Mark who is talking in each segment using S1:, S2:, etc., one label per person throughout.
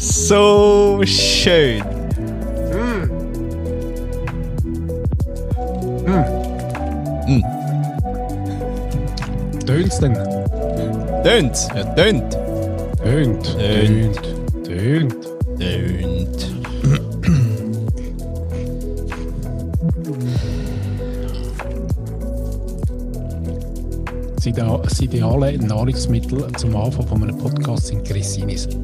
S1: so schön.
S2: Hm.
S1: Hm.
S2: Tönt's denn?
S1: Tönt, ja, tönt.
S2: Tönt.
S1: Tönt.
S2: Tönt. Tönt.
S1: Tönt.
S2: Das idea- Das ideale Nahrungsmittel zum Anfang von einem Podcast sind Grissinis.
S1: Dann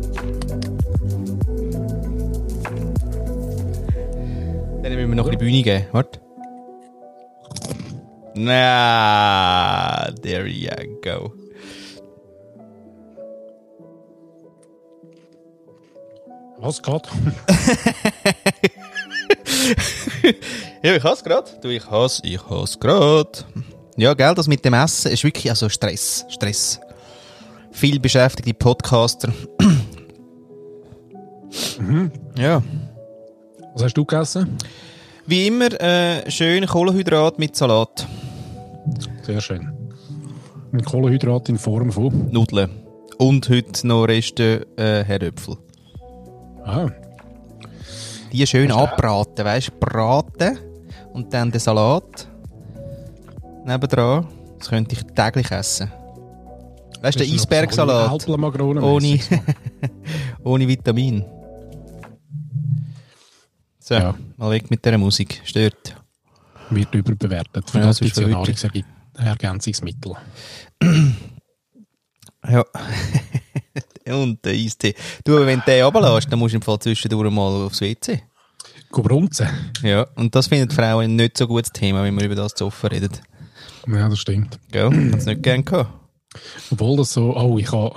S1: müssen wir noch ein bisschen Bühne geben. Warte. Na, there you go.
S2: Was geht?
S1: Ja, ich hasse gerade. Du, ich hasse, ich hasse gerade. Ja, gell, das mit dem Essen ist wirklich also Stress. Stress. Viel beschäftigte Podcaster. Ja.
S2: Was hast du gegessen?
S1: Wie immer, äh, schön Kohlenhydrat mit Salat.
S2: Sehr schön. Ein Kohlenhydrat in Form von.
S1: Nudeln. Und heute noch Reste äh, Herdöpfel.
S2: Ah,
S1: Die schön abbraten, weißt du? Braten und dann den Salat. Nebendran. Das könnte ich täglich essen. Weißt du, der Eisbergsalat
S2: Halbmakrone.
S1: ohne, ohne Vitamin. So,
S2: Ja.
S1: mal weg mit dieser Musik. Stört.
S2: Wird überbewertet. Für
S1: Ja,
S2: das
S1: das ist
S2: gibt es ja
S1: schon
S2: Nahrungsergänzungsmittel.
S1: Ja. und der Eistee. Du, aber wenn du den runterlässt, dann musst du im Fall zwischendurch mal aufs WC.
S2: Gubrunzen.
S1: Ja, und das finden die Frauen ein nicht so gutes Thema, wenn man über das zu offen redet.
S2: Ja, das stimmt.
S1: Gell? Hat es nicht gern gehabt.
S2: Obwohl das so, oh, ich habe.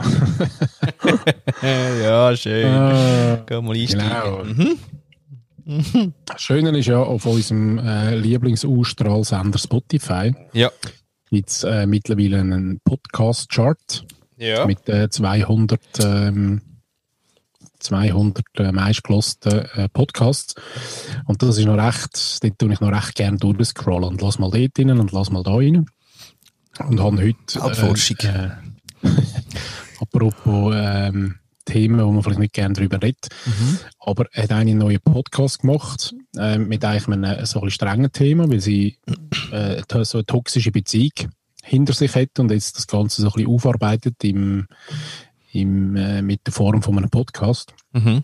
S1: Äh, ja, schön.
S2: Äh,
S1: Geh mal einsteigen.
S2: genau. Das Schöne ist ja, auf unserem äh, Lieblingsausstrahlsender Spotify
S1: Ja.
S2: gibt es äh, mittlerweile einen Podcast-Chart
S1: Ja.
S2: mit äh, 200, ähm, 200 äh, meistgelosten äh, Podcasts. Und das ist noch recht, dort tue ich noch recht gerne durchscrollen und lass mal dort rein und lass mal da rein. Und habe heute.
S1: Abforschung.
S2: Äh, äh, apropos ähm, Themen, wo man vielleicht nicht gerne drüber redet.
S1: Mhm.
S2: Aber er hat einen neuen Podcast gemacht ähm, mit eigentlich einem äh, so ein bisschen strengen Thema, weil sie äh, to- so eine toxische Beziehung hinter sich hat und jetzt das Ganze so ein bisschen aufarbeitet im, im, äh, mit der Form von einem Podcast.
S1: Mhm.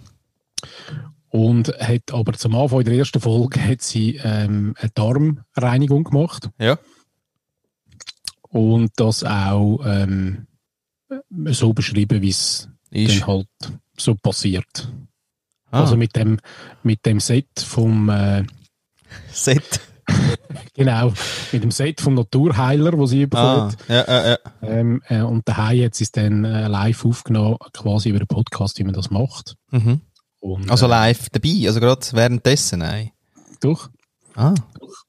S2: Und hat aber zum Anfang in der ersten Folge hat sie ähm, eine Darmreinigung gemacht
S1: Ja.
S2: und das auch ähm, so beschrieben, wie es
S1: Ist.
S2: dann halt so passiert.
S1: Ah,
S2: Also mit dem, mit dem Set vom äh,
S1: Set.
S2: genau, mit dem Set vom Naturheiler, wo sie
S1: Ah,
S2: bekommt.
S1: ja, ja, ja.
S2: Ähm, äh, und daheim hat sie es dann äh, live aufgenommen, quasi über den Podcast, wie man das macht.
S1: Mhm.
S2: Und,
S1: Also
S2: äh,
S1: live dabei, also gerade währenddessen, nein.
S2: durch.
S1: Ah,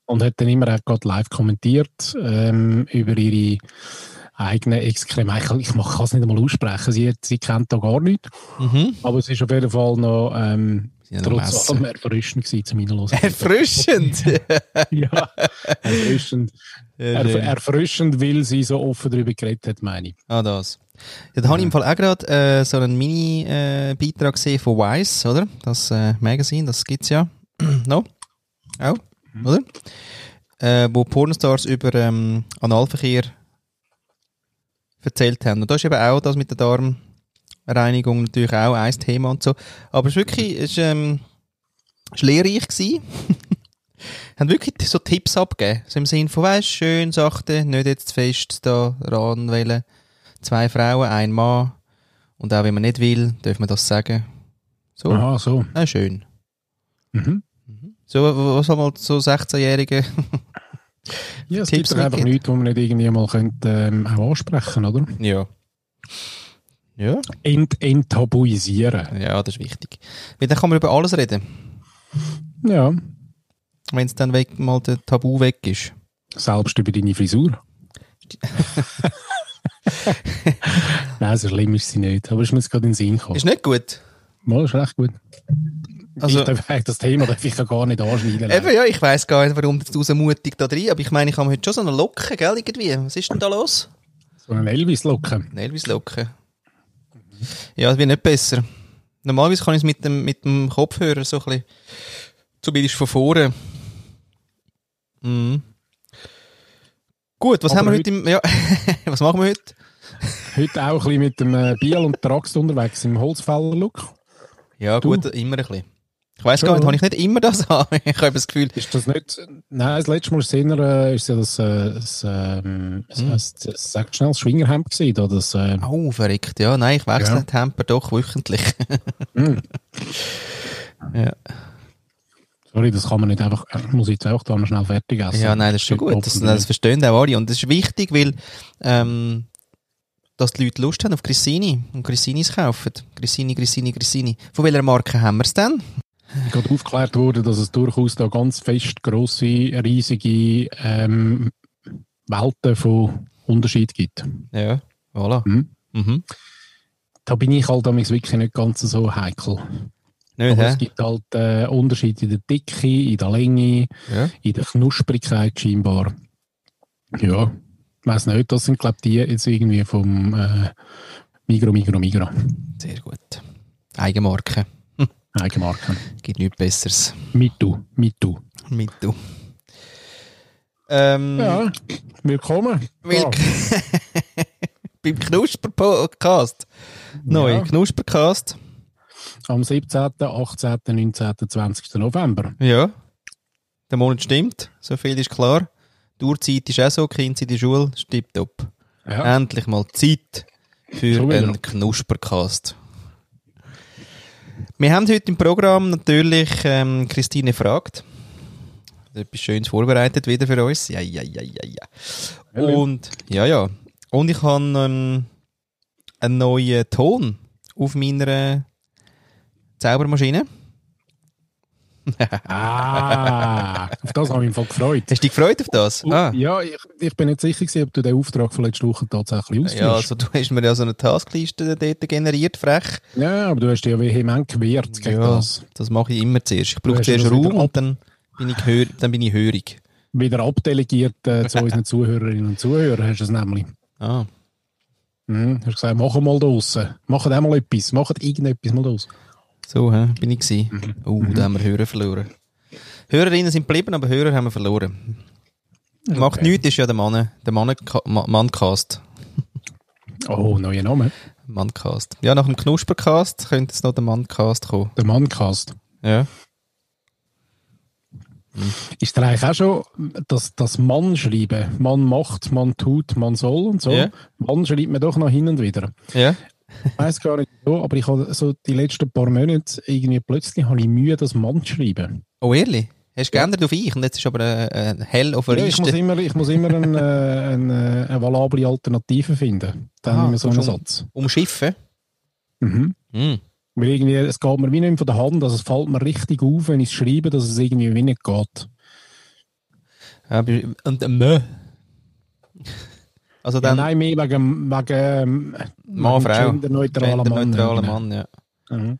S2: Und hat dann immer auch gerade live kommentiert ähm, über ihre eigenen Exkremente. Ich, ich kann es nicht einmal aussprechen, sie, hat- sie kennt da gar nicht.
S1: mhm.
S2: Aber es ist auf jeden Fall noch ähm,
S1: Sie haben noch
S2: trotz allem
S1: Messen.
S2: erfrischend gewesen zum Hinhören.
S1: Erfrischend.
S2: ja, erfrischend.
S1: Sehr
S2: Erf
S1: schön.
S2: erfrischend, weil sie so offen darüber geredet hat, meine ich.
S1: ah, das. Ja, da habe ich im Fall auch gerade äh, so einen Mini-Beitrag gesehen von Wise, oder? Das äh, Magazin, das gibt's ja. no? Auch, oder? Äh, wo Pornostars über ähm, Analverkehr erzählt haben. Und da ist eben auch das mit der Darmreinigung natürlich auch ein Thema und so. Aber es ist wirklich, es ist, ähm, es ist lehrreich gewesen. haben wirklich so Tipps abgegeben. So im Sinne von, weißt schön, sachte, nicht jetzt zu fest da ran wollen. Zwei Frauen, ein Mann. Und auch wenn man nicht will, darf man das sagen. So,
S2: Aha, so.
S1: na schön.
S2: Mhm.
S1: So, was haben wir so 16-Jährige?
S2: Ja, es
S1: Tipps
S2: gibt doch einfach
S1: mitgeben.
S2: nichts, wo man nicht irgendwie mal könnte, ähm, auch ansprechen oder?
S1: ja. Ja.
S2: Ent enttabuisieren.
S1: Ja, das ist wichtig. Weil dann kann man über alles reden,
S2: Ja,
S1: wenn es dann weg, mal der Tabu weg ist.
S2: selbst über deine Frisur. Nein, so schlimm ist sie nicht. Aber ist mir jetzt gerade in den Sinn gekommen.
S1: Ist nicht gut.
S2: Mal ist recht gut.
S1: Also,
S2: ich darf, eigentlich das Thema darf ich ja gar nicht anschneiden.
S1: eben, ja, ich weiß gar nicht, warum du so mutig da drin aber ich meine, ich habe heute schon so eine Locke, gell, irgendwie. Was ist denn da los?
S2: So einen Elvis locken.
S1: Eine Elvis-Locke. Ja, das wird nicht besser. Normalerweise kann ich es mit dem, mit dem Kopfhörer so ein bisschen, zumindest von vorne. Mhm. Gut, was
S2: Aber
S1: haben wir heute
S2: heute-
S1: im, ja, was machen wir heute?
S2: Heute auch ein bisschen mit dem äh, Biel und Trax unterwegs im Holzfäller-Look.
S1: Ja,
S2: Du?
S1: gut, immer ein bisschen. Ich weiss
S2: Schon,
S1: gar nicht,
S2: oder?
S1: habe ich nicht immer das an? Ich habe das Gefühl,
S2: Ist das nicht. Nein, das letzte Mal ist es eher, äh, ist ja das, äh, das, ähm, das,
S1: Hm.
S2: heisst, das sagt schnell, das Schwingerhemd gewesen, oder das, äh,
S1: oh, verrückt, ja, nein, ich wechsle
S2: Ja.
S1: den Temper doch wöchentlich.
S2: hm.
S1: Ja.
S2: Sorry, das kann man nicht einfach, äh, muss ich jetzt auch da noch schnell fertig essen.
S1: Ja, nein, das ist schon
S2: Steht
S1: gut. Das,
S2: offen drin.
S1: das verstehen auch alle. Und das ist wichtig, weil ähm, dass die Leute Lust haben auf Grissini und Grissinis kaufen. Grissini, Grissini, Grissini. Von welcher Marke haben wir es denn?
S2: gerade aufgeklärt wurde, dass es durchaus da ganz fest grosse, riesige ähm, Welten von Unterschied gibt.
S1: Ja, voilà.
S2: Hm?
S1: Mhm.
S2: Da bin ich halt damals wirklich nicht ganz so heikel.
S1: Nicht,
S2: Aber
S1: hä?
S2: es gibt halt äh, Unterschiede in der Dicke, in der Länge,
S1: Ja.
S2: in der Knusprigkeit scheinbar. Ja, ich weiss nicht, das sind glaube ich die jetzt irgendwie vom äh, Migro, Migro, Migro.
S1: Sehr gut. Eigenmarke.
S2: Eigenmarken.
S1: Gibt nichts Besseres.
S2: Mitu, Mitu.
S1: Mit du. Ähm,
S2: Ja, willkommen.
S1: Willk Beim Knusper-Podcast. Neu.
S2: Ja.
S1: Knuspercast.
S2: Ah, Am 17., 18., 19., 20. November.
S1: Ja. Der Monat stimmt. So viel ist klar. Die Uhrzeit ist auch so. Kind in die Schule. Stimmt top.
S2: Ja.
S1: Endlich mal Zeit für
S2: Schon wieder.
S1: einen Knuspercast. Wir haben heute im Programm natürlich ähm, Christine fragt. Hat Etwas Schönes vorbereitet wieder für uns. Ja, ja, ja, ja, ja.
S2: Hallo.
S1: Und ja, ja. Und ich habe ähm, einen neuen Ton auf meiner Zaubermaschine.
S2: Ah, auf das habe ich mich voll gefreut.
S1: Hast du dich gefreut auf das? Ah.
S2: Und- Ja, ich, ich bin nicht sicher, gewesen, ob du den Auftrag von letzter Woche tatsächlich ausführst.
S1: Ja,
S2: Ja,
S1: also du hast mir ja so eine Taskliste dort generiert, frech.
S2: aber du hast dich ja vehement gewehrt gegen
S1: also- Ja.
S2: das.
S1: Das mache ich immer zuerst. Ich
S2: Du
S1: brauche
S2: hast ja
S1: zuerst
S2: das wieder
S1: Raum und dann bin ich, hör dann bin ich hörig.
S2: Wieder abdelegiert äh, zu unseren Zuhörerinnen und Zuhörern hast du es nämlich.
S1: Ah.
S2: Mhm. Du hast gesagt, mach mal draussen. Macht auch mal etwas. Macht irgendetwas mal draus.
S1: So, hä? bin ich gsi.
S2: Mhm.
S1: Oh, da haben wir Hörer verloren. Hörerinnen sind geblieben, aber Hörer haben wir verloren. Macht
S2: Okay.
S1: nichts, ist ja der Mann, der Mann, Manncast.
S2: Oh, neuer Name.
S1: Manncast. Ja, nach dem Knuspercast könnte jetzt noch der Manncast kommen.
S2: Der Manncast.
S1: Ja.
S2: Ist da eigentlich auch schon das, das Mann schreiben? Man macht, man tut, man soll und so.
S1: Ja.
S2: Mann schreibt man doch noch hin und wieder.
S1: Ja?
S2: Ich weiß gar nicht so, aber ich habe so die letzten paar Monate irgendwie plötzlich habe ich Mühe, das Mann zu schreiben.
S1: Oh, ehrlich? Hast du geändert auf ich und jetzt ist aber ein, ein hell auf der
S2: Ja, ich, muss
S1: Liste.
S2: immer, ich muss immer eine, äh, eine, äh, eine valable Alternative finden. Dann
S1: Ah,
S2: habe ich so einen
S1: schon.
S2: Satz.
S1: Umschiffen?
S2: Mhm.
S1: Hm.
S2: Weil irgendwie, es geht mir wie nicht von der Hand, also es fällt mir richtig auf, wenn ich es schreibe, dass es irgendwie wie nicht geht.
S1: Aber- Und ein Mö. Also
S2: Ja,
S1: dann
S2: nein, mehr wegen, wegen
S1: Mann, Frau.
S2: der neutralen Mann.
S1: neutraler Mann, ja.
S2: Mhm.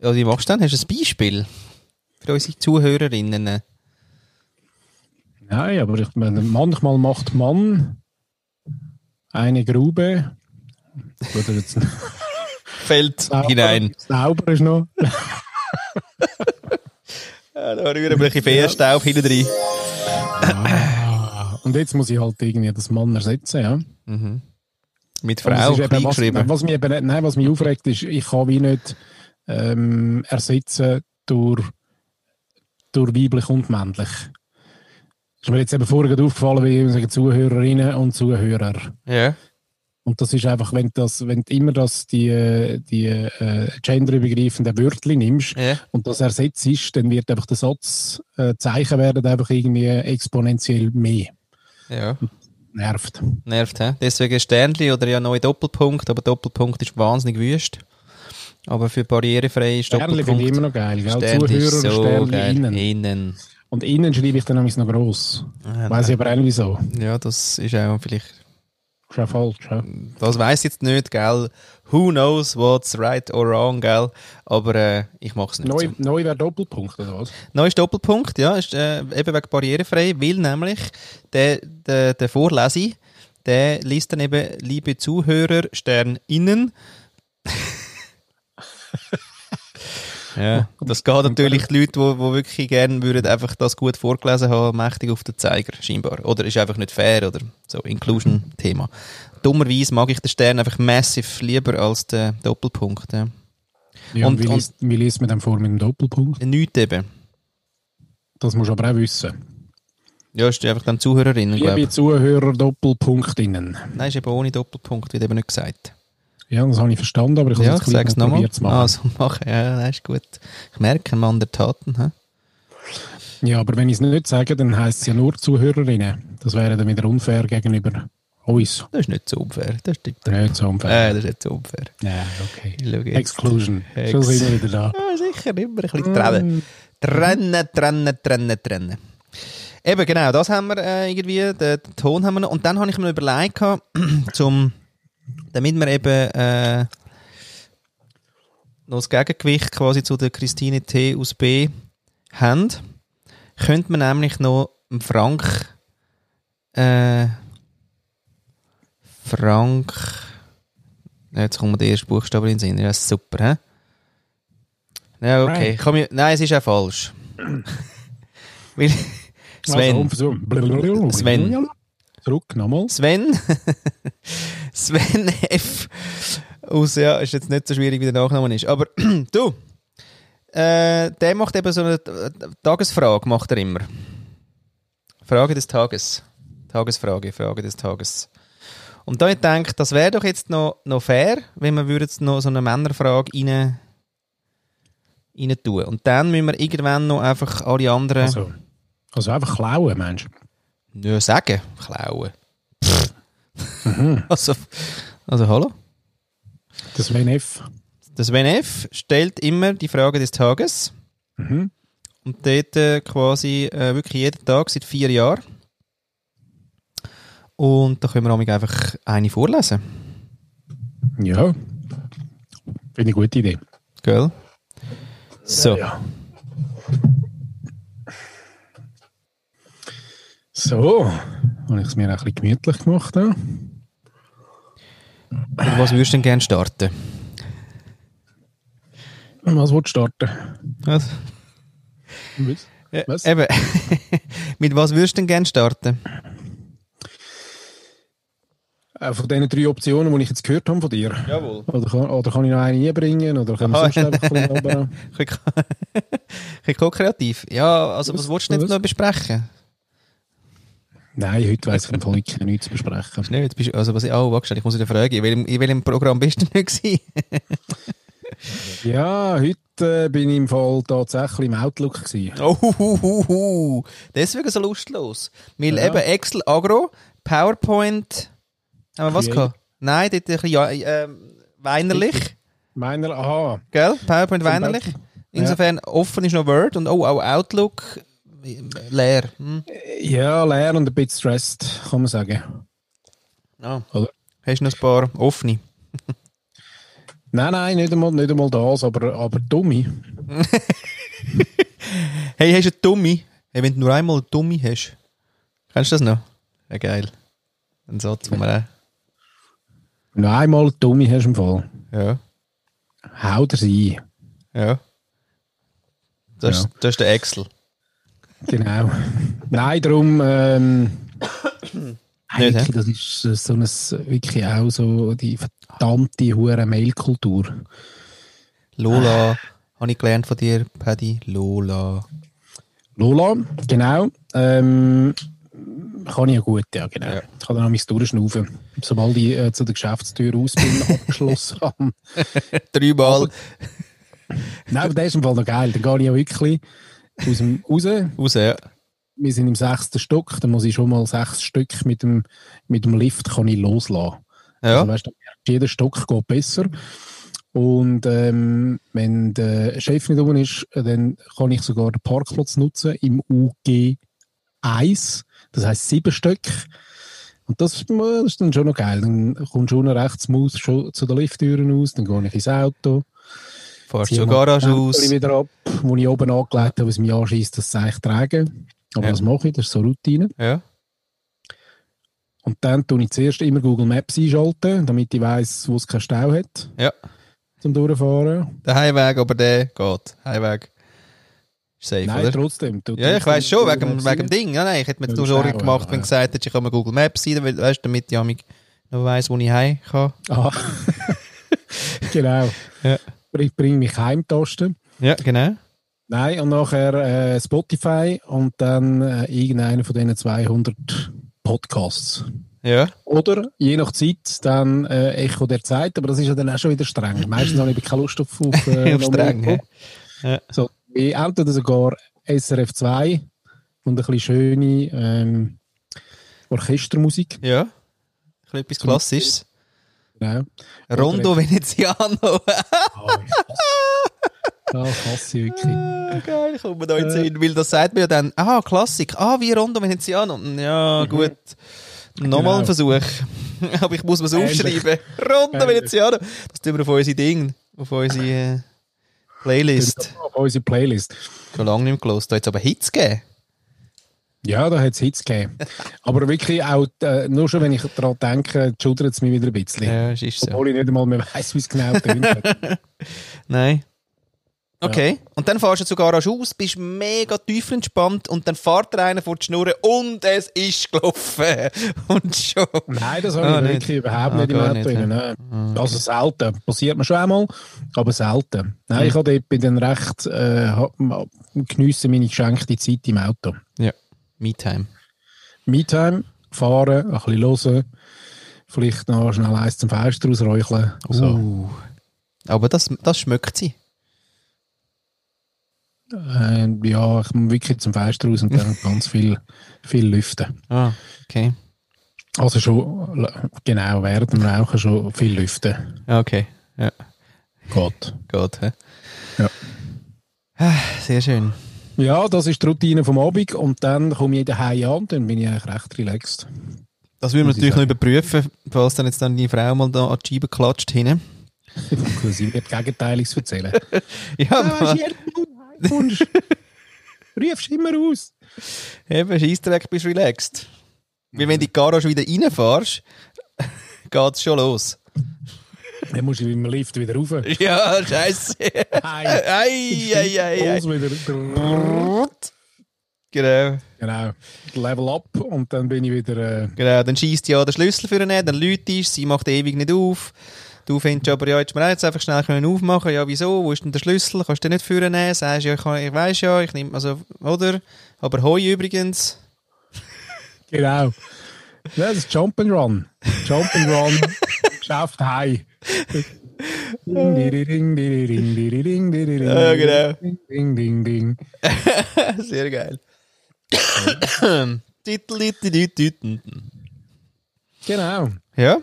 S1: Ja, wie machst du denn? Hast du ein Beispiel für unsere Zuhörerinnen?
S2: Nein, aber ich meine, manchmal macht Mann eine Grube. Oder jetzt
S1: Fällt
S2: Sauber-
S1: hinein.
S2: Sauber ist noch.
S1: Ja, da rühren wir ein bisschen Fährstaub hinten rein.
S2: Ah, und jetzt muss ich halt irgendwie das Mann ersetzen, ja.
S1: Mhm. Mit
S2: Aber
S1: Frau
S2: es ist eben, was,
S1: eingeschrieben.
S2: was mich eben, nicht- nein, was mich aufregt, ist, ich kann wie nicht ähm, ersetzen durch, durch weiblich und männlich. Ist mir jetzt eben vorher gerade aufgefallen, wie ich sage, Zuhörerinnen und Zuhörer.
S1: Ja.
S2: Und das ist einfach, wenn, das, wenn du immer das, die, die äh, genderübergreifenden Wörtchen nimmst,
S1: ja.
S2: und das ersetzt ist, dann wird einfach der Satz, äh, die Zeichen werden einfach irgendwie exponentiell mehr.
S1: Ja.
S2: Nervt.
S1: Nervt, hä? Deswegen Sternli oder ja neu Doppelpunkt, aber Doppelpunkt ist wahnsinnig wüst. Aber für barrierefrei ist
S2: Sternli finde ich
S1: Doppelpunkt.
S2: immer noch geil. Gell?
S1: Sternli
S2: Zuhörer,
S1: ist so
S2: Sternli
S1: geil.
S2: innen.
S1: Innen.
S2: Und innen schreibe ich dann nämlich noch gross.
S1: Ah,
S2: Weiß ich aber auch nicht wieso.
S1: Ja, das ist auch vielleicht.
S2: Ist ja falsch. Ja?
S1: Das weiß jetzt nicht, gell? Who knows what's right or wrong, gell? Aber äh, ich mach's nicht.
S2: Neu,
S1: so.
S2: neu wäre Doppelpunkt oder was?
S1: Neues Doppelpunkt, ja, ist äh, eben wegen barrierefrei, weil nämlich der, der, der Vorlese, der liest dann eben, liebe Zuhörer, Stern innen. Ja, das geht natürlich die Leute, die, die wirklich gerne würden, einfach das gut vorgelesen haben, mächtig auf den Zeiger, scheinbar. Oder ist einfach nicht fair, oder so, Inclusion-Thema. Dummerweise mag ich den Stern einfach massiv lieber als den Doppelpunkt. Ja.
S2: Ja,
S1: Und-
S2: und, wie,
S1: und-
S2: liest, wie liest man denn vor mit dem Doppelpunkt?
S1: Nichts eben.
S2: Das musst du aber auch wissen.
S1: Ja, ist einfach dann Zuhörerinnen, glaube
S2: Liebe
S1: ich.
S2: Zuhörer, Doppelpunktinnen.
S1: Nein, ist eben ohne Doppelpunkt, wird eben nicht gesagt.
S2: Ja, das habe ich verstanden, aber ich habe
S1: Ja, ich
S2: es
S1: sage
S2: jetzt
S1: es
S2: gleich mal
S1: nochmal.
S2: probiert zu machen.
S1: Also, mach, ja, das ist gut. Ich merke, ein Mann der Taten. He?
S2: Ja, aber wenn ich es nicht sage, dann heisst es ja nur Zuhörerinnen. Das wäre dann wieder unfair gegenüber uns.
S1: Das ist nicht so unfair. Das stimmt.
S2: Nicht so unfair.
S1: Äh, das ist nicht so unfair.
S2: Ja, okay.
S1: Ich schau jetzt.
S2: Exclusion.
S1: Ex-
S2: Schon sind wir wieder da.
S1: Ja, sicher, immer ein bisschen
S2: Mm.
S1: trennen. Trennen, trennen, trennen, trennen. Eben, genau, das haben wir äh, irgendwie, den, den Ton haben wir noch. Und dann habe ich mir überlegt, gehabt, zum, damit wir eben äh, noch das Gegengewicht quasi zu der Christine T aus B haben, könnte man nämlich noch dem Frank äh, Frank ja, jetzt kommt mir der erste Buchstabe in den Sinn. Ja, super, hä? Ja, okay.
S2: Frank.
S1: Ich kann mich- nein, es ist auch falsch. Weil, Sven.
S2: Also, Umversuch.
S1: Sven.
S2: Zurück nochmal.
S1: Sven. Sven F. Aus, ja, ist jetzt nicht so schwierig, wie der Nachname ist. Aber du, äh, der macht eben so eine äh, Tagesfrage, macht er immer. Frage des Tages. Tagesfrage, Frage des Tages. Und da ich denke, das wäre doch jetzt noch, noch fair, wenn wir würden jetzt noch so eine Männerfrage rein, rein tun. Und dann müssen wir irgendwann noch einfach alle anderen
S2: Also, also einfach klauen, Mensch.
S1: ja, sagen, klauen.
S2: Mhm.
S1: also, also, hallo?
S2: Das WNF.
S1: Das WNF stellt immer die Frage des Tages.
S2: Mhm.
S1: Und dort äh, quasi äh, wirklich jeden Tag seit vier Jahren. Und da können wir manchmal einfach eine vorlesen.
S2: Ja. Finde ich eine gute Idee.
S1: Gell? So,
S2: Ja. So, habe ich es mir auch ein bisschen gemütlich gemacht. Ja.
S1: mit was würdest du denn gerne starten?
S2: Was willst du starten?
S1: Was?
S2: Was?
S1: Ja,
S2: Was?
S1: Eben. mit was würdest du denn gerne starten?
S2: Äh, Von diesen drei Optionen, die ich jetzt gehört habe von dir.
S1: Jawohl.
S2: Oder kann, oder kann ich noch eine einbringen? Oder kann ich
S1: Aha.
S2: sonst einfach ein bisschen runter-
S1: Ein bisschen kreativ. Ja, also was willst du denn jetzt noch besprechen?
S2: Nein, heute weiss ich im Fall wirklich nichts zu besprechen.
S1: Nein, jetzt bist du, also was ich, oh, warte, schnell, ich muss wieder fragen, in welchem, in welchem Programm bist du denn gewesen?
S2: Ja, heute äh, bin ich im Fall tatsächlich im Outlook. Gewesen.
S1: Oh, hu, hu, hu, hu. deswegen so lustlos. Weil
S2: Ja.
S1: eben Excel Agro, PowerPoint, haben wir was
S2: Create.
S1: gehabt? Nein, dort ein bisschen, ja, äh, weinerlich,
S2: Meiner, aha,
S1: gell? PowerPoint weinerlich. Insofern offen ist noch Word und oh, auch Outlook äh, leer. Hm.
S2: ja, leer und ein bisschen stressed, kann man sagen.
S1: Ja. Also,
S2: Oder?
S1: Hast du noch ein paar offene?
S2: Nein, nein, nicht einmal, nicht einmal das, aber, aber dumme.
S1: Hey, hast du einen Dummy? Hey, wenn du nur einmal einen Dummy hast. Kennst du das noch? Ja, geil. Ein Satz, wo man
S2: Wenn du Nou, einmal dumme hast im Fall,
S1: auch... Ja.
S2: hau dir sie ein.
S1: Ja. Das,
S2: Ja.
S1: Ist, das ist der Excel.
S2: Genau. nein, darum, ähm, eigentlich,
S1: hä?
S2: das ist äh, so ein, wirklich auch so die verdammte hure Mailkultur. Ah.
S1: Lola, habe ich gelernt von dir, Paddy. Lola.
S2: Lola, genau. Ähm, kann ich ja gut, ja, genau. Ich kann dann nämlich durchschnaufen. Sobald ich äh, zu der Geschäftstür raus bin, abgeschlossen habe.
S1: Dreimal
S2: Nein, aber das ist im Fall noch geil. Dann gehe ich ja wirklich aus dem raus.
S1: raus, ja.
S2: Wir sind im sechsten Stock, dann muss ich schon mal sechs Stück mit dem, mit dem Lift kann ich loslassen. Also,
S1: Ja,
S2: weißt, du, jeder Stock geht besser. Und ähm, wenn der Chef nicht oben ist, dann kann ich sogar den Parkplatz nutzen im UG 1. Das heißt sieben Stück. Und das ist, das ist dann schon noch geil. Dann kommst du unten rechts Maus schon zu den Lifttüren aus, dann gehe ich ins Auto.
S1: fahrst
S2: ziehe
S1: zur
S2: mal
S1: Garage
S2: Tempel
S1: aus.
S2: wieder ab, wo ich oben angelegt habe, was mich anschießt, das zeige ich tragen. Aber
S1: Ja.
S2: das mache ich, das ist so Routine.
S1: Ja.
S2: Und dann tue ich zuerst immer Google Maps einschalten, damit ich weiß, wo es keinen Stau hat.
S1: Ja.
S2: zum Durchfahren.
S1: Der Heimweg, aber der geht. Heimweg ist safe,
S2: Nein,
S1: oder?
S2: trotzdem. du-
S1: Ja, ich
S2: trotzdem-
S1: weiss schon, wegen,
S2: du-
S1: dem- wegen dem Ding. Ja, nein, ich hätte mir jetzt nur Sorgen gemacht, wenn du gesagt hättest, ich kann mir Google Maps sein, weil, weißt, damit ich amig noch weiss, wo ich heim kann.
S2: Ah. genau.
S1: Ja.
S2: Ich bringe mich heimtasten.
S1: Ja, genau.
S2: Nein, und nachher äh, Spotify und dann äh, irgendeiner von diesen 200 Podcasts.
S1: Ja.
S2: Oder je nach Zeit dann äh, Echo der Zeit, aber das ist ja dann auch schon wieder streng. Meistens habe ich eben keine Lust auf, auf, äh,
S1: Auf
S2: noch
S1: streng,
S2: mehr.
S1: ja.
S2: So, wie entweder sogar SRF 2 und ein bisschen schöne ähm, Orchestermusik.
S1: Ja. Ein bisschen etwas
S2: Zum-
S1: Klassisches.
S2: Genau.
S1: Rondo Veneziano.
S2: Ah, ich hasse- Ja, ich hasse ich wirklich.
S1: Ah, Geil, ich komme da jetzt hin, weil das sagt mir ja dann, ah, Klassik, ah, wie Rondo Veneziano. Ja, gut. Nochmal ein Versuch. Aber ich muss mir
S2: Ähnlich.
S1: aufschreiben. Rondo
S2: Ähnlich.
S1: Veneziano. Das tun wir auf unsere Ding, auf unsere äh, Playlist.
S2: Auf unsere Playlist.
S1: Schon lange nicht mehr gehört. Da hat es aber Hits gegeben.
S2: Ja, da hat es Hits gegeben. Aber wirklich auch, äh, nur schon wenn ich daran denke, schudert es mich wieder ein bisschen.
S1: Ja, es ist so.
S2: Obwohl ich nicht einmal mehr weiss, wie es genau tönt. hat.
S1: Nein. Okay. Und dann fährst du zur Garage aus, bist mega tief entspannt und dann fährt dir einer vor die Schnurren und es ist gelaufen. Und schon.
S2: Nein, das habe
S1: Ah,
S2: ich
S1: nicht.
S2: wirklich überhaupt
S1: Ah,
S2: nicht im
S1: gar
S2: Auto.
S1: nicht, Ah.
S2: drin, nein. Also selten. Passiert mir schon einmal, aber selten. Nein,
S1: Hm.
S2: ich habe dort bei den Recht, äh, ha- geniesse meine geschenkte Zeit im Auto.
S1: Ja. Me-Time.
S2: Me-Time, fahren, ein bisschen hören, vielleicht noch schnell eins zum Fenster ausräucheln. So.
S1: Uh. Aber das, das schmeckt sie.
S2: Äh, ja, ich muss wirklich zum Fenster raus und dann ganz viel, viel lüften.
S1: Ah, okay.
S2: Also schon, genau, während dem Rauchen schon viel lüften.
S1: Ja, Okay,
S2: Gott.
S1: gut. hä?
S2: Ja.
S1: Ah, Sehr schön.
S2: Ja, das ist die Routine vom Abend und dann komme ich daheim an und dann bin ich eigentlich recht relaxed.
S1: Das würden wir
S2: Muss ich
S1: natürlich noch überprüfen, falls dann jetzt dann die Frau mal da an die Scheibe klatscht hinten.
S2: Weil Sie wird Gegenteiliges erzählen.
S1: Ja,
S2: ah,
S1: aber,
S2: ist Wunsch. Rufst immer aus.
S1: eben, Scheissdreck, bist relaxed. Weil wenn du in die Garage wieder reinfährst, geht es schon los.
S2: Dann muss ich mit dem Lift wieder rauf.
S1: Ja, scheiße.
S2: Nein.
S1: ei, ei, ei, ei.
S2: Alles wieder. Genau.
S1: Genau,
S2: Level up und dann bin ich wieder. Äh,
S1: genau. Dann schießt ja der Schlüssel für ihn, dann läutest, sie macht ewig nicht auf. Du findest aber, ja, jetzt wir jetzt einfach schnell können aufmachen. Ja, wieso? Wo ist denn der Schlüssel? Kannst du den nicht führen nehmen? Sagst ja, ich, kann- ich weiß ja, ich nehme, also, oder? Aber hoi übrigens.
S2: Genau. Ja, Das ist Jump and Run. Jump and Run. Geschafft high.
S1: genau.
S2: Ding, ding, ding, ding, ding, ding, ding, ding, ding,
S1: Ja, genau.
S2: Ding, ding, ding, ding.
S1: Sehr geil. Tüttelüttelütütütütütütütütütütütütütütütütütütütütütütütütütüt.
S2: Genau.
S1: Ja?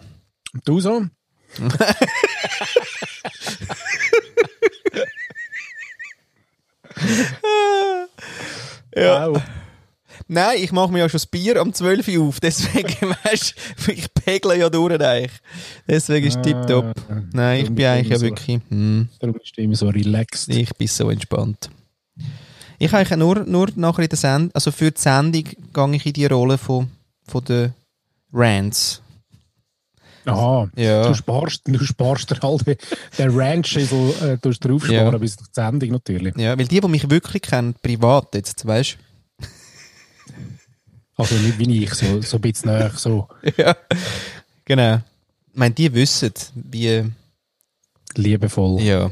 S2: Und du so?
S1: Ja.
S2: Wow.
S1: Nein, ich mache mir ja schon das Bier am 12 Uhr auf, deswegen weißt du, ich pegle ja durch eigentlich. Deswegen ist
S2: Ah,
S1: tipptopp. Nein, ich
S2: darum
S1: bin eigentlich ja
S2: so-
S1: wirklich. Hm.
S2: Darum ist immer so relaxed.
S1: Ich bin so entspannt. Ich habe eigentlich nur, nur nachher in der Sendung, also für die Sendung gehe ich in die Rolle von, von der Rants.
S2: Aha.
S1: Ja.
S2: Du sparst, du sparst dir halt den- den Ranch-Schüssel äh, tust du draufsparen
S1: Ja.
S2: bis zur Sendung natürlich.
S1: ja, weil die, die mich wirklich kennen, privat jetzt, weißt
S2: Also nicht wie ich, so, so ein bisschen näher, so
S1: du? Ja. Genau. Ich meine, die wissen, wie.
S2: liebevoll,
S1: Ja.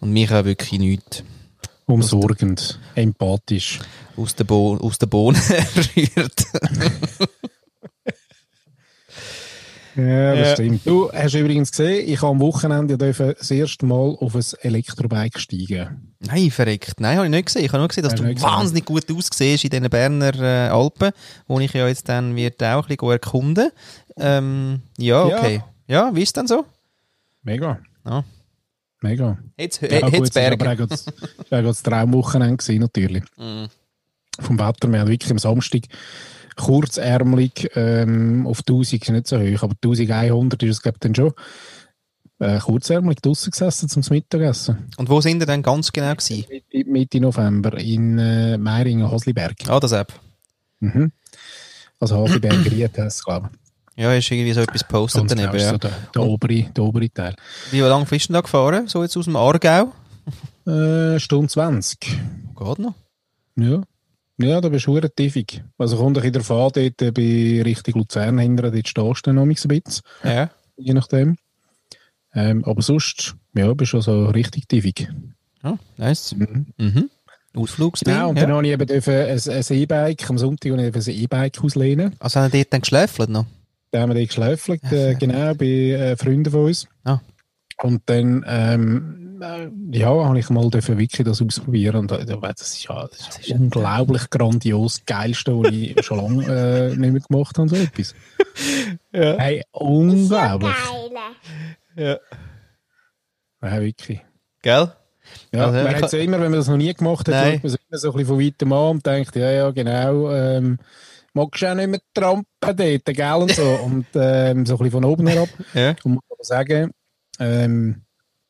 S1: Und mich auch wirklich nichts
S2: umsorgend, empathisch.
S1: aus der, Bo aus der Bohne rührt.
S2: Ja, das
S1: Ja.
S2: stimmt. Du hast übrigens gesehen, ich habe am Wochenende dürfen das erste Mal auf ein Elektrobike steigen.
S1: Nein, verreckt. Nein, habe ich nicht gesehen. Ich habe nur gesehen, dass
S2: Hast
S1: du
S2: du nicht gesehen?
S1: wahnsinnig gut aussiehst in diesen Berner äh, Alpen, wo ich ja jetzt dann wird auch ein bisschen erkunden ähm, Ja,
S2: Ja.
S1: okay. Ja, wie ist denn so?
S2: Mega.
S1: Ja.
S2: Mega.
S1: Jetzt,
S2: Ja, gut,
S1: jetzt
S2: es war aber
S1: Berge.
S2: auch gerade das- es war auch gerade das Traumwochenende gewesen, natürlich.
S1: Mhm.
S2: Vom Wetter, wir haben wirklich am Samstag kurzärmelig ähm, auf 1000 ist nicht so hoch, aber 1100 ist es, glaube ich, dann schon. Äh, kurzärmelig draußen gesessen zum Mittagessen.
S1: Und wo sind ihr denn ganz genau gewesen?
S2: Mitte, Mitte November in äh, Meiringen, Hasliberg.
S1: Ah, das App.
S2: Mhm. Also Hasliberg, Ried, glaube ich.
S1: Ja, hast irgendwie so etwas gepostet
S2: Ganz klar
S1: daneben.
S2: ist
S1: Ja.
S2: so der, der, obere, der obere Teil.
S1: Wie lange bist du denn da gefahren? So jetzt aus dem Aargau?
S2: Äh, Stunde 20.
S1: Geht noch.
S2: Ja. Ja, da bist du verdammt tiefig. Also kommt ein bisschen davon an, dort äh, bei Richtung Luzern hinterher, dort stehst du dann noch ein bisschen,
S1: Ja.
S2: je nachdem. Ähm, aber sonst, ja, bist du also richtig tiefig.
S1: ja nice.
S2: Mhm.
S1: Mhm. Ausflugsding.
S2: Genau, und
S1: ja.
S2: dann habe ich eben dürfen ein, ein E-Bike, am Sonntag habe ich dürfen ein E-Bike auslehnen.
S1: Also haben die dort dann geschläfelt noch?
S2: Da haben wir dort geschläfelt, äh, genau, bei äh, Freunden von uns.
S1: Ah.
S2: Und dann, ähm, äh, ja, habe ich mal dürfen wirklich das ausprobieren. Und äh, das ist ja das ist
S1: ist ja-
S2: unglaublich grandios, das geilste, was ich schon lange äh, nicht mehr gemacht habe, so etwas.
S1: Ja.
S2: Hey, unglaublich.
S3: Geile.
S1: ja.
S2: Ja, wirklich.
S1: Gell?
S2: Ja,
S1: Also,
S2: man
S1: ich
S2: hat's ja immer, wenn man das noch nie gemacht hat,
S1: Nein.
S2: schaut man es immer so ein bisschen von weitem an und denkt, ja, ja, genau, ähm, magst du auch nicht mehr trampen dort, gell, und so. Und ähm, so ein bisschen von oben herab.
S1: Ja.
S2: Und muss aber sagen, ähm,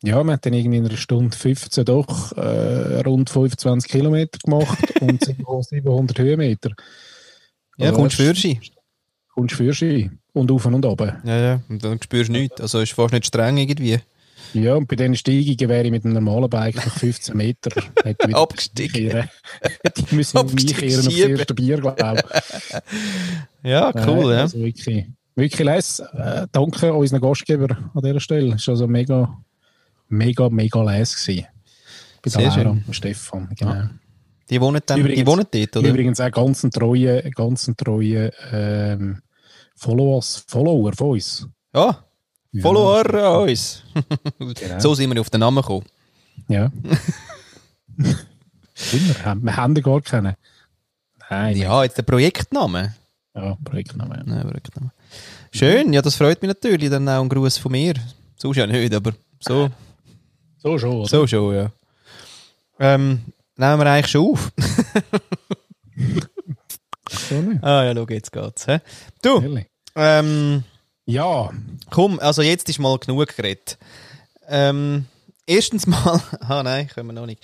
S2: ja, man hat dann irgendwie in einer Stunde 15 doch äh, rund 25 Kilometer gemacht und 700 Höhenmeter.
S1: Ja,
S2: Also,
S1: kommst
S2: das-
S1: du für
S2: Kommst für sie. Und auf und runter.
S1: Ja, ja. Und dann spürst du nichts. Also ist fast nicht streng irgendwie.
S2: Ja, und bei diesen Steigungen wäre ich mit einem normalen Bike nach 15 Meter hätte
S1: Oh,
S2: wieder
S1: Abgestiegen.
S2: einkehren. Die müssen
S1: Abgestiegen
S2: einkehren auf das
S1: schieben.
S2: erste Bier, glaube ich.
S1: Ja, cool,
S2: Äh,
S1: ja.
S2: Also wirklich, wirklich läss. Äh, danke unseren Gastgeber an dieser Stelle. Es war also mega, mega, mega läss. gewesen. Bei der
S1: Sehr
S2: Laura
S1: schön. Ah,
S2: und Stefan, eh, genau.
S1: Die wohnen dann, die
S2: Übrigens-
S1: wohnen dort, oder?
S2: Übrigens auch ganz ein treue, ganz ein treue ähm, Followers, Follower von uns.
S1: Ja,
S2: Ja,
S1: Oh, Follower oh, an uns. So sind wir auf den Namen gekommen.
S2: Ja. Immer. Wir haben den gar keinen. Nein.
S1: Ja, jetzt der Projektname.
S2: Ja, nou Projektname.
S1: Nein, Projektname. Schön, ja, das freut mich natürlich. Dann auch ein Gruß von mir. So ja nicht, aber so,
S2: So schon, oder?
S1: so schon, ja. Ähm, nehmen wir eigentlich schon auf.
S2: So nicht.
S1: Ah ja, schau, jetzt geht's. Hä? Du,
S2: Ehrlich.
S1: ähm,
S2: Ja,
S1: komm, also jetzt ist mal genug geredet. Ähm, erstens mal, ah nein, können wir noch nicht.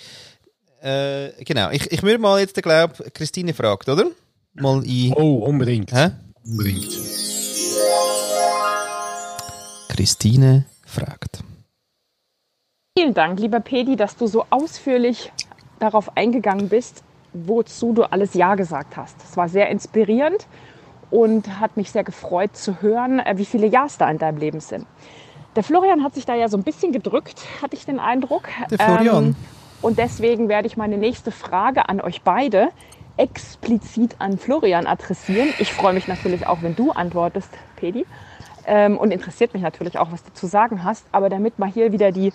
S1: Äh, genau, ich, ich würde mal jetzt, glaube Christine fragt, oder? Mal in...
S2: oh, unbedingt.
S1: Hä?
S2: Unbedingt.
S1: Christine fragt.
S4: Vielen Dank, lieber Pedi, dass du so ausführlich darauf eingegangen bist, wozu du alles Ja gesagt hast. Es war sehr inspirierend und hat mich sehr gefreut zu hören, äh, wie viele Ja's da in deinem Leben sind. Der Florian hat sich da ja so ein bisschen gedrückt, hatte ich den Eindruck. Ähm,
S1: Der Florian.
S4: und deswegen werde ich meine nächste Frage an euch beide explizit an Florian adressieren. Ich freue mich natürlich auch, wenn du antwortest, Pedi. Ähm, und interessiert mich natürlich auch, was du zu sagen hast. Aber damit mal hier wieder die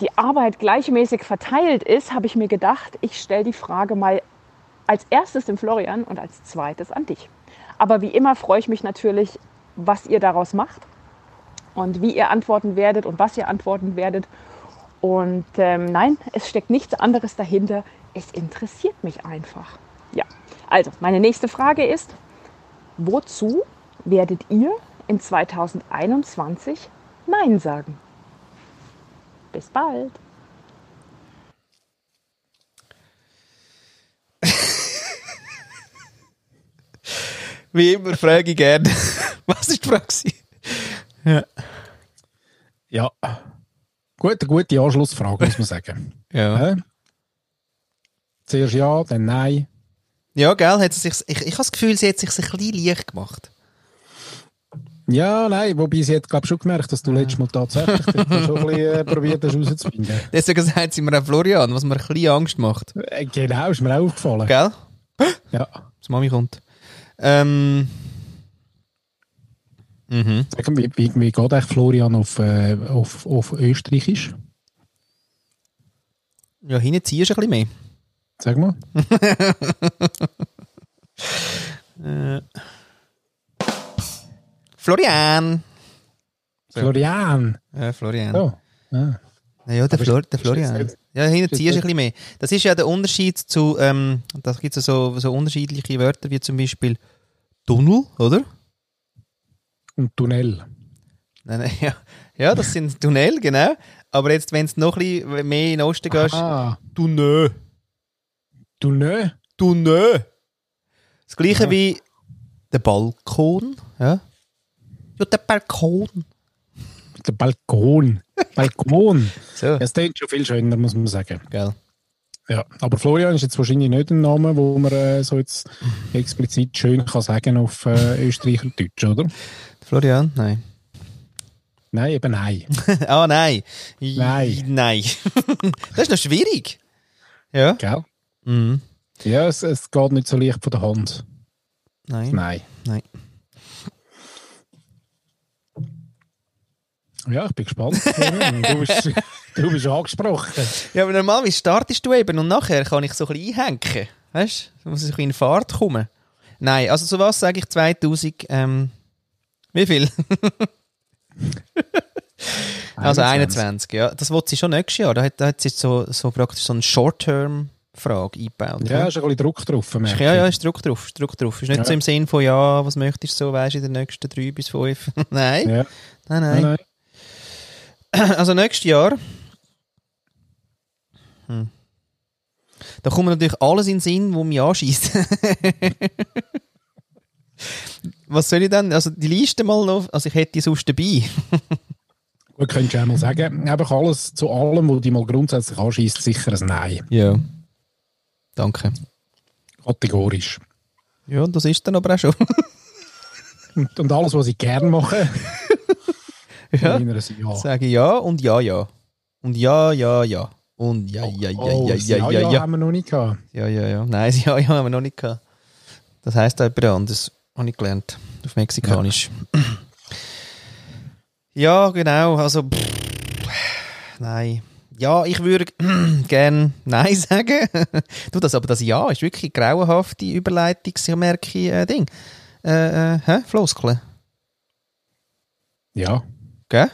S4: die Arbeit gleichmäßig verteilt ist, habe ich mir gedacht, ich stelle die Frage mal als erstes dem Florian und als zweites an dich. Aber wie immer freue ich mich natürlich, was ihr daraus macht und wie ihr antworten werdet und was ihr antworten werdet. Und ähm, nein, es steckt nichts anderes dahinter. Es interessiert mich einfach. Ja, also meine nächste Frage ist, wozu werdet ihr in 2021 Nein sagen? Bis bald.
S1: Wie immer frage ich gerne. Was ist die Frage? gewesen?
S2: Ja. Gut, eine gute Anschlussfrage, muss man sagen.
S1: Ja.
S2: Hä? Zuerst ja, dann nein.
S1: Ja, gell? Hat sie sich, ich, ich habe das Gefühl, sie hat sich ein bisschen leicht gemacht.
S2: Ja, nein, wobei sie hat, glaube ich, schon gemerkt, dass du letztes Mal tatsächlich dich schon ein bisschen äh, probiert hast, rauszufinden.
S1: Deswegen sagt sie mir auch Florian, was mir ein bisschen Angst macht.
S2: Äh, genau, ist mir auch aufgefallen.
S1: Gell?
S2: Ja.
S1: Das Mami kommt. Ähm. Mhm.
S2: Sag mal, Wie, wie, wie geht eigentlich Florian auf, äh, auf, auf Österreichisch?
S1: Ja, hinten ziehst du ein bisschen mehr.
S2: Sag mal.
S1: Florian! Ja.
S2: Florian.
S1: Ja, Florian.
S2: Ja. Ah.
S1: Na Ja, der,
S2: Aber
S1: Flor der
S2: ist das
S1: Florian.
S2: jetzt-
S1: Ja, hinten
S2: das
S1: ziehst du ein
S2: jetzt-
S1: bisschen mehr. Das ist ja der Unterschied zu, ähm, da gibt es ja so, so unterschiedliche Wörter wie zum Beispiel Tunnel, oder?
S2: Und Tunnel.
S1: Nein, nein, ja. ja, das sind Tunnel, genau. Aber jetzt, wenn du noch ein bisschen mehr in den Osten gehst,
S2: Ah,
S1: Tunnel.
S2: Tunnel.
S1: Tunnel. Das gleiche wie der Balkon, ja. Ja, der Balkon.
S2: Der Balkon. Balkon.
S1: So,
S2: Es klingt schon viel schöner, muss man sagen.
S1: gell.
S2: Ja. Aber Florian ist jetzt wahrscheinlich nicht ein Name, wo man äh, so jetzt explizit schön kann sagen auf äh, Österreicherdeutsch, oder?
S1: Florian? Nein.
S2: Nein, eben nein.
S1: Ah, nein. I-
S2: Nein.
S1: Nein. das ist noch schwierig. Ja.
S2: Gell?
S1: Mhm.
S2: Ja, es, es geht nicht so leicht von der Hand.
S1: Nein.
S2: Nein.
S1: Nein.
S2: Ja, ich bin gespannt. Florian. du, bist, du bist angesprochen.
S1: Ja, aber normalerweise startest du eben und nachher kann ich so ein bisschen einhängen. Weißt du? Da muss ich ein bisschen in Fahrt kommen. Nein, also zu was sage ich 2000? Ähm, wie viel? Also 21, ja. Das wollte sie schon nächstes Jahr. Da hat, da hat sie jetzt so, so praktisch so eine Short-Term-Frage eingebaut.
S2: Ja,
S1: ne?
S2: ist ein bisschen Druck drauf. merke
S1: Ist-
S2: ich.
S1: ja, ja, ist Druck drauf, ist Druck drauf. Ist nicht
S2: Ja.
S1: so im Sinn von, ja, was möchtest du so, weißt du, in den nächsten drei bis fünf. nein,
S2: Ja.
S1: nein,
S2: Nein,
S1: nein,
S2: nein.
S1: Also nächstes Jahr. Hm. Da kommt mir natürlich alles in den Sinn, wo mich anschießt. was soll ich denn? Also die Liste mal noch, also ich hätte die sonst dabei.
S2: Gut, könntest du einmal sagen. Einfach alles zu allem, wo dich mal grundsätzlich anschießt, sicher ein Nein.
S1: Ja. Danke.
S2: Kategorisch.
S1: Ja, das ist dann aber auch schon.
S2: Und, und alles, was ich gerne mache,
S1: ja.
S2: erinnere ich ja.
S1: Sage ja und ja, ja. Und ja, ja, ja. Und ja, ja,
S2: Oh,
S1: ja, ja,
S2: das
S1: ja, ja, ja.
S2: haben wir noch nicht gehabt.
S1: Ja, ja, ja. Nein, das ja, ja haben wir noch nicht gehabt. Das heisst auch etwas anderes, habe ich gelernt. Auf Mexikanisch. Ja, genau. Also, pff, nein. Ja, ich würde gern Nein sagen. du, das, aber das Ja ist wirklich eine grauenhafte Überleitung, ich merke ich, äh, Ding. Äh, äh, hä? Floskeln.
S2: Ja,
S1: Gell?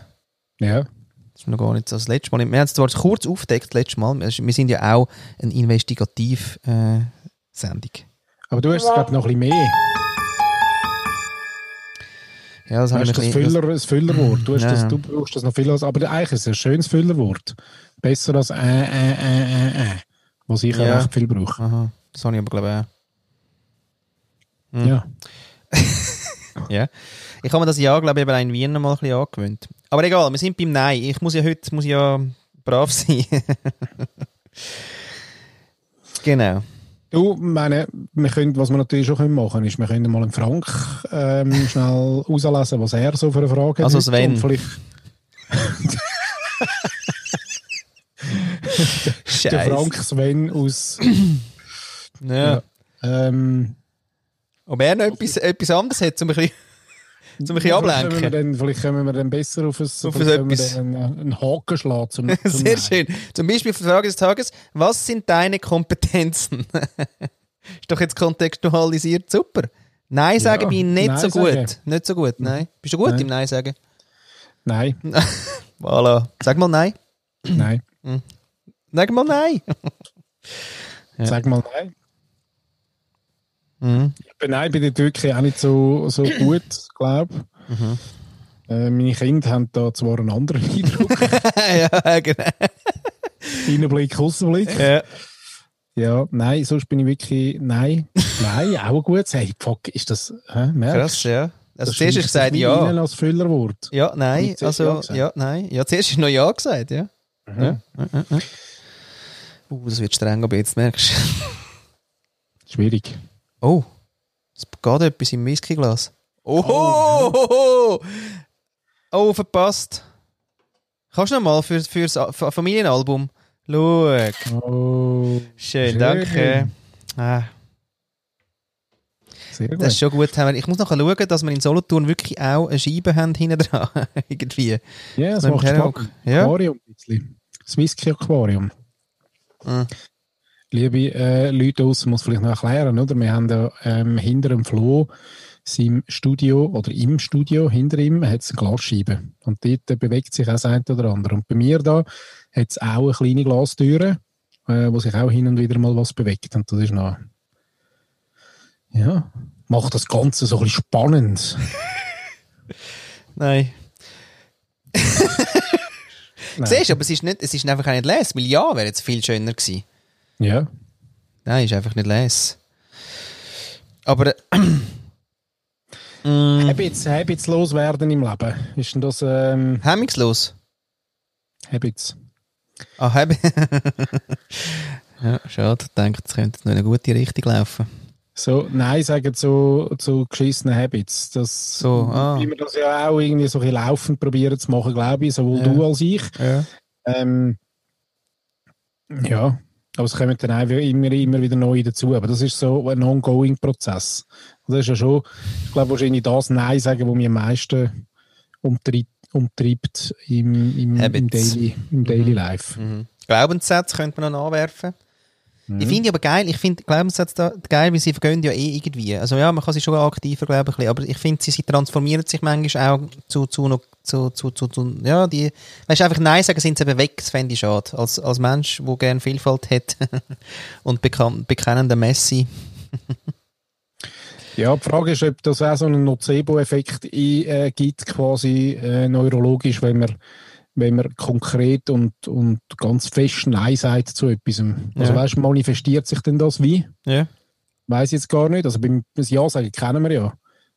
S2: ja.
S1: Das ist noch gar nicht so das letzte Mal. Wir haben es zwar kurz aufgedeckt, das letzte Mal. Wir sind ja auch eine äh, Investigativ-Sendung.
S2: Aber du hast es, glaube ich, noch ein bisschen mehr.
S1: ja, das
S2: Du
S1: habe ich
S2: hast
S1: mir
S2: das,
S1: ein bisschen-
S2: Füller, das Füllerwort. Du, hast
S1: Ja,
S2: das,
S1: ja.
S2: du brauchst das noch viel als. Aber eigentlich ist es ein schönes Füllerwort. Besser als äh, äh, äh, äh, äh. Was ich
S1: Ja.
S2: ja. recht viel brauche.
S1: Aha, das habe ich aber glaube ich auch. Hm.
S2: Ja.
S1: Ja. Ich habe mir das Jahr, glaube ich, eben auch in Wien noch mal ein bisschen angewöhnt. Aber egal, wir sind beim Nein. Ich muss ja heute muss ja brav sein. genau.
S2: Du, meine, wir können, was wir natürlich schon können machen können, ist, wir können mal einen Frank ähm, schnell rauslesen, was er so für eine Frage hat.
S1: Also
S2: heute.
S1: Sven.
S2: Und Vielleicht der Frank Sven aus.
S1: Ja.
S2: Ja. Ähm,
S1: Ob er noch etwas, etwas anderes hat, um ein bisschen, um ein bisschen
S2: Vielleicht
S1: ablenken.
S2: können, wir dann, vielleicht können wir dann besser auf, ein,
S1: Auf
S2: vielleicht können wir
S1: etwas.
S2: dann einen, einen Haken schlagen. Zum, zum
S1: Sehr
S2: Nein.
S1: schön. Zum Beispiel für die Frage des Tages: Was sind deine Kompetenzen? Ist doch jetzt kontextualisiert super. Nein sagen
S2: Ja,
S1: bin ich nicht
S2: Nein
S1: so gut.
S2: sagen.
S1: Nicht so gut, nein. Bist du gut
S2: Nein.
S1: im Nein sagen?
S2: Nein,
S1: Voilà. Sag mal Nein.
S2: nein.
S1: Sag mal Nein. Ja.
S2: Sag mal nein.
S1: Mhm.
S2: Bei Nein bin ich wirklich auch nicht so, so gut, glaube
S1: Mhm.
S2: Äh, meine Kinder haben da zwar einen anderen Eindruck,
S1: ja, genau.
S2: Innenblick, Außenblick.
S1: Ja.
S2: Ja, nein, sonst bin ich wirklich, nein, nein, auch ein gutes, hey, fuck, ist das, hä, merkst
S1: Krass,
S2: du?
S1: ja. Also
S2: Das
S1: zuerst
S2: schwingt
S1: hast du gesagt
S2: sich nicht rein
S1: ja.
S2: als Füllerwort.
S1: Ja,
S2: Hab
S1: nein.
S2: ich zuerst Ja
S1: Also,
S2: gesagt?
S1: ja, nein. Ja, zuerst hast du noch ja gesagt, ja.
S2: Mhm.
S1: Uh, das wird streng, aber jetzt merkst du.
S2: Schwierig.
S1: Oh, es geht etwas im Whiskyglas. Oho! Oh, oh verpasst. Kannst du nochmal für, für das Familienalbum? Schau.
S2: Oh,
S1: Schön,
S2: Schön.
S1: danke. Ah,
S2: sehr gut.
S1: das ist schon gut. haben wir- Ich muss nachher schauen, dass wir in Solothurn wirklich auch eine Scheibe haben hinten dran. Irgendwie.
S2: ja, das
S1: so im
S2: macht Spaß.
S1: Karaoke. Ja.
S2: Aquarium ein bisschen. Das Whisky-Aquarium.
S1: Mhm.
S2: Liebe äh, Leute aus, muss vielleicht noch erklären, oder? Wir haben da ähm, hinter dem Flo seinem Studio oder im Studio, hinter ihm, hat es eine Glasscheibe. Und dort äh, bewegt sich auch das eine oder andere. Und bei mir da hat es auch eine kleine Glastüre, äh, wo sich auch hin und wieder mal was bewegt. Und das ist noch. Ja, macht das Ganze so ein bisschen spannend.
S1: Nein.
S2: Nein.
S1: Siehst du, aber es ist, nicht, es ist einfach auch nicht les, weil ja wäre jetzt viel schöner gewesen.
S2: Ja.
S1: Nein, ist einfach nicht les. Aber äh,
S2: Mm. Habits, Habits loswerden im Leben. Ist denn das ähm,
S1: Hemmungslos.
S2: Habits?
S1: Ah, Hemmung. ja, schade. Ich denke, es könnte jetzt noch in eine gute Richtung laufen.
S2: So, nein sagen zu, zu geschissenen Habits. Das,
S1: So, ah.
S2: Wie wir das ja auch irgendwie so ein bisschen laufend probieren zu machen, glaube ich, sowohl
S1: Ja.
S2: du als ich.
S1: Ja.
S2: Ähm, ja, aber es kommen dann auch immer, immer wieder neue dazu. Aber das ist so ein ongoing Prozess. Und Das ist ja schon, ich glaube, wahrscheinlich das Nein sagen, was mich am meisten umtreibt, umtreibt im, im, im
S1: Habits.
S2: Daily, im Daily Life.
S1: Mhm. Glaubenssätze könnte man noch anwerfen. Ich finde die aber geil, ich finde Glaubenssätze da geil, weil sie vergehen ja eh irgendwie. Also ja, man kann sie schon aktiver glauben, ein bisschen, aber ich finde, sie, sie transformieren sich manchmal auch zu, zu, noch- zu, zu, zu, zu ja, die, weißt du, einfach Nein sagen, sind sie eben weg, das fände ich schade. Als, als Mensch, der gerne Vielfalt hat und bekan bekennender Messi.
S2: Ja, die Frage ist, ob das auch so einen Nocebo-Effekt i- äh, gibt, quasi äh, neurologisch, wenn man, wenn man konkret und, und ganz fest Nein sagt zu etwas. Also
S1: Ja.
S2: weißt, manifestiert sich denn das wie?
S1: Ja.
S2: weiß ich jetzt gar nicht. Also beim das Ja sagen kennen wir ja.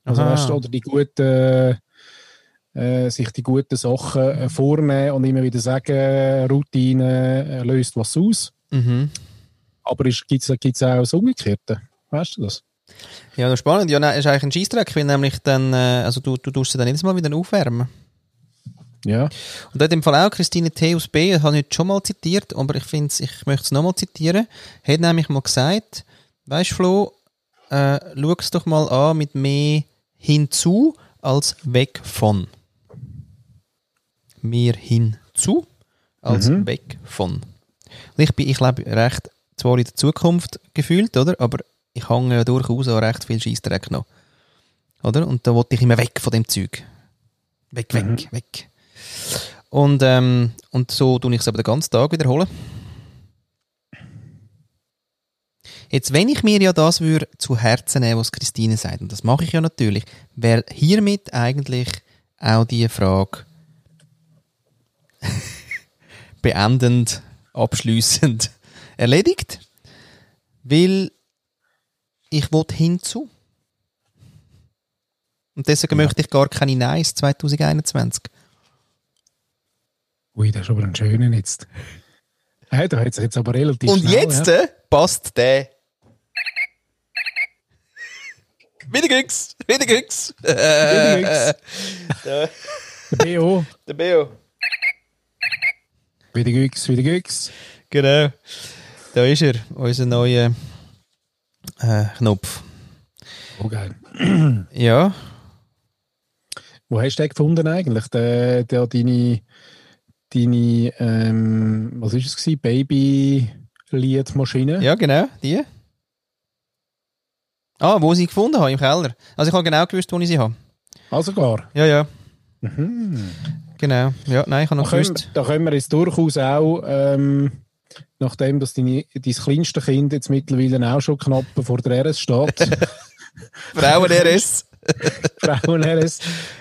S2: Also
S1: Aha.
S2: weißt, du, oder die guten, äh, sich die guten Sachen äh, vornehmen und immer wieder sagen, Routine äh, löst was aus.
S1: Mhm.
S2: Aber gibt es gibt's auch das Umgekehrte? Weißt du das?
S1: Ja, noch spannend. Ja, nein, ist eigentlich ein Scheissdreck, weil nämlich dann, äh, also du, du tust sie dann jedes Mal wieder aufwärmen.
S2: Ja.
S1: Und dort im Fall auch Christine T. aus B. das habe ich jetzt schon mal zitiert, aber ich finde ich möchte es nochmal zitieren. Hat nämlich mal gesagt, weißt Flo, äh, schau es doch mal an mit mehr hinzu als weg von. Mehr hinzu als
S2: Mhm.
S1: weg von. Und ich bin, ich lebe recht zwar in der Zukunft gefühlt, oder? Aber ich hänge ja durchaus auch recht viel Scheißdreck noch. Oder? Und da wollte ich immer weg von dem Zeug. Weg, weg,
S2: Mhm.
S1: weg. Und, ähm, und so tue ich es aber den ganzen Tag wiederholen. Jetzt, wenn ich mir ja das würde zu Herzen nehmen, was Christine sagt, und das mache ich ja natürlich, wäre hiermit eigentlich auch die Frage beendend, abschließend erledigt, weil ich will hinzu. Und deswegen möchte ich gar keine Neins 2021.
S2: Ui, das ist aber ein schöner jetzt. Hey, da hat es jetzt aber relativ
S1: Und
S2: schnell,
S1: jetzt
S2: Ja.
S1: äh, passt der. Wieder Güchs, wieder Güchs.
S2: Wieder
S1: Äh,
S2: BO,
S1: der Beo.
S2: wieder Güchs, wieder Güchs.
S1: Genau. Da ist er, unser neuer äh, Knopf.
S2: Oh, geil.
S1: Ja,
S2: Wo hast du den gefunden eigentlich? Der, der deine, deine ähm, was ist es gewesen? Baby-Liedmaschine?
S1: ja genau, die. Ah, wo ich sie gefunden habe, im Keller. Also ich habe genau gewusst, wo ich sie habe.
S2: Also klar.
S1: Ja, ja,
S2: Mhm.
S1: genau. Ja, nein, ich habe
S2: Da,
S1: noch
S2: können,
S1: gewusst.
S2: da können wir jetzt durchaus auch, ähm, nachdem dass deine, dein kleinste Kind jetzt mittlerweile auch schon knapp vor der RS steht,
S1: Frauen-RS.
S2: Frauen-RS,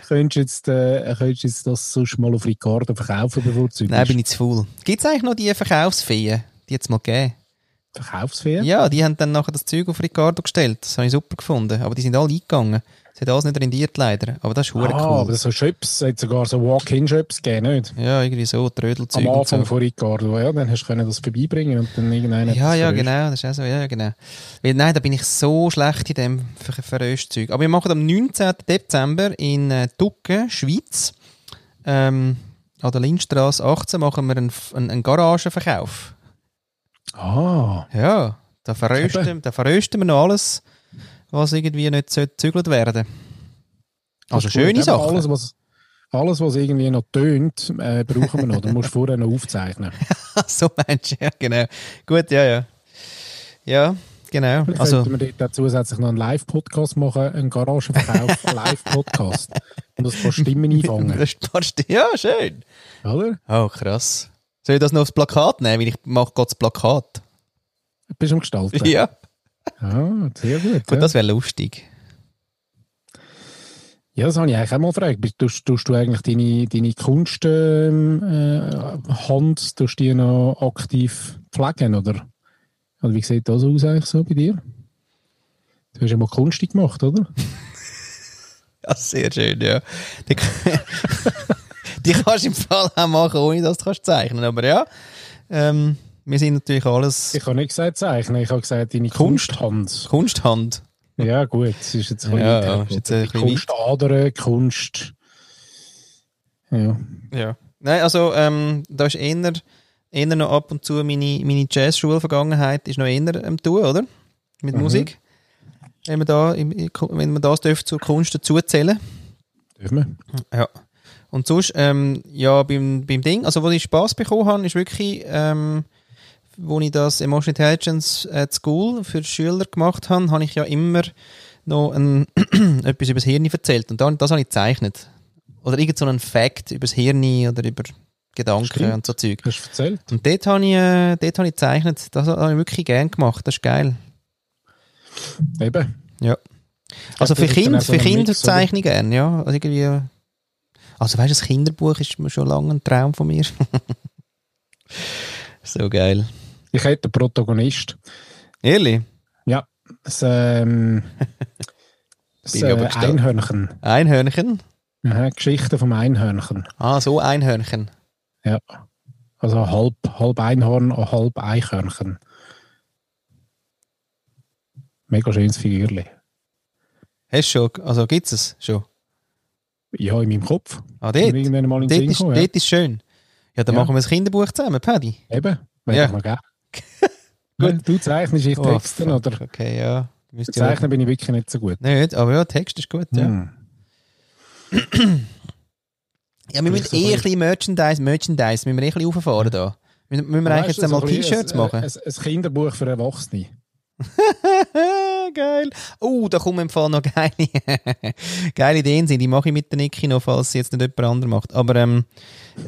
S2: könntest du jetzt, äh, könntest du jetzt das sonst mal auf Ricardo verkaufen, bevor du
S1: Nein, bin ich zu faul. Gibt es eigentlich noch die Verkaufsfeen, die jetzt mal gegeben?
S2: Verkaufsfähig?
S1: Ja, die haben dann nachher das Zeug auf Ricardo gestellt. Das habe ich super gefunden. Aber die sind alle eingegangen. Es hat alles nicht rendiert, leider. Aber das ist hure
S2: ah, aber
S1: cool.
S2: so Chips, es hat sogar so Walk-in-Chips gegeben, nicht?
S1: Ja, irgendwie so, Trödelzeug
S2: Am
S1: und
S2: Anfang
S1: so.
S2: von Ricardo, ja, dann hast du können das vorbeibringen und dann irgendeiner hat
S1: Ja,
S2: das
S1: ja,
S2: verröstet.
S1: genau, das ist auch so, ja, ja, genau. Weil, nein, da bin ich so schlecht in dem Ver- Verröstzeug. Aber wir machen am 19. Dezember in äh, Ducken, Schweiz, ähm, an der Lindstrasse 18, machen wir einen, F- einen, einen Garagenverkauf. Also
S2: Ah,
S1: Ja, da verrösten, da verrösten wir noch alles, was irgendwie nicht gezügelt werden
S2: das
S1: Also
S2: ist gut.
S1: schöne
S2: Eben
S1: Sachen.
S2: Alles was, alles, was irgendwie noch tönt, äh, brauchen wir noch. Du musst vorher noch aufzeichnen.
S1: so meinst du, ja, genau. Gut, ja, ja. Ja, genau.
S2: Vielleicht also,
S1: Also,
S2: könnten wir dort auch zusätzlich noch einen Live-Podcast machen, einen Garagenverkauf, einen Live-Podcast. Und das paar Stimmen einfangen.
S1: das sparst du- ja, schön.
S2: Oder?
S1: Oh, krass. Soll ich das noch aufs Plakat nehmen? Weil ich mache gerade das Plakat.
S2: Bist du am Gestalten?
S1: Ja,
S2: Ah, sehr gut.
S1: gut,
S2: ja.
S1: das wäre lustig.
S2: ja, das habe ich eigentlich auch mal gefragt. Bist- Tust, tust du eigentlich deine, deine Kunst, ähm, äh, Hand, tust du die noch aktiv pflegen, oder? Oder wie sieht das aus eigentlich so bei dir? Du hast ja mal Kunst gemacht, oder?
S1: Ja, sehr schön, ja. Die, die kannst du im Fall auch machen, ohne dass du kannst zeichnen Aber ja, ähm, wir sind natürlich alles
S2: Ich habe nicht gesagt zeichnen, ich habe gesagt deine
S1: Kunst.
S2: Kunsthand.
S1: Kunsthand.
S2: Ja gut, das ist jetzt ein bisschen
S1: Ja,
S2: weit
S1: ja,
S2: hergeholt.
S1: ist jetzt ein bisschen
S2: Kunstadern, Kunst... Ja.
S1: Ja. Nein, also ähm, da ist eher, eher noch ab und zu meine, meine Jazz-Schule-Vergangenheit ist noch eher am Tun, oder? Mit
S2: Mhm.
S1: Musik. Wenn man, da, im- wenn man das dürfte zur Kunst dazuzählen.
S2: Dürfen wir?
S1: Ja. Und sonst, ähm, ja, beim, beim Ding, also wo ich Spass bekommen habe, ist wirklich, ähm, wo ich das Emotional Intelligence at School für Schüler gemacht habe, habe ich ja immer noch ein, etwas über das Hirn erzählt. Und dann, das habe ich gezeichnet. Oder irgend so einen Fact über das Hirn oder über Gedanken
S2: Stimmt.
S1: und so Zeug.
S2: Hast du erzählt?
S1: Und dort habe ich, äh, dort habe ich gezeichnet. Das habe ich wirklich gern gemacht. Das ist geil.
S2: Eben.
S1: Ja. Also
S2: das
S1: für
S2: ist dann
S1: Kinder,
S2: auch so
S1: für
S2: ein
S1: Kinder
S2: Mix, oder?
S1: zeichne ich gerne, ja. Also irgendwie, also weißt du, das Kinderbuch ist mir schon lange ein Traum von mir. so geil.
S2: Ich hätte den Protagonist.
S1: Ehrlich?
S2: Das, ähm, das
S1: Bin ich
S2: äh,
S1: aber gestellt.
S2: Einhörnchen.
S1: Einhörnchen? Mhm.
S2: Aha, Geschichte vom Einhörnchen.
S1: Ah, so Einhörnchen.
S2: Ja. Also halb, halb Einhorn und halb Eichhörnchen. Mega schönes Figürli.
S1: Hast du schon, also gibt es schon?
S2: Ja, in meinem Kopf.
S1: Ah, dort?
S2: Ist mir
S1: Dort
S2: Irgendwann mal in den Sinn
S1: ist,
S2: gekommen, ja.
S1: dort ist schön. Ja, dann
S2: Ja.
S1: machen wir das Kinderbuch zusammen, Paddy.
S2: Eben. Wäre
S1: Ja.
S2: doch mal geil. Gut. Du zeichnest, ich
S1: Oh,
S2: texten,
S1: fuck,
S2: oder?
S1: Okay, ja. Müsst ihr
S2: Zeichnen bin ich wirklich nicht so gut.
S1: Nicht, aber ja, Text ist gut, ja.
S2: Hm.
S1: Ja, wir müssen
S2: Vielleicht so
S1: eh
S2: ein
S1: ein bisschen Merchandise, Merchandise, müssen wir eh ein bisschen rauffahren da. Müssen müssen wir eigentlich
S2: Weißt du,
S1: jetzt einmal
S2: so ein bisschen
S1: T-Shirts
S2: ein-
S1: machen?
S2: Ein, ein Kinderbuch für Erwachsene.
S1: Geil. Oh, da kommen im Fall noch geile, geile Ideen sind. Die mache ich mit der Niki noch, falls sie jetzt nicht jemand anderes macht. Aber, ähm,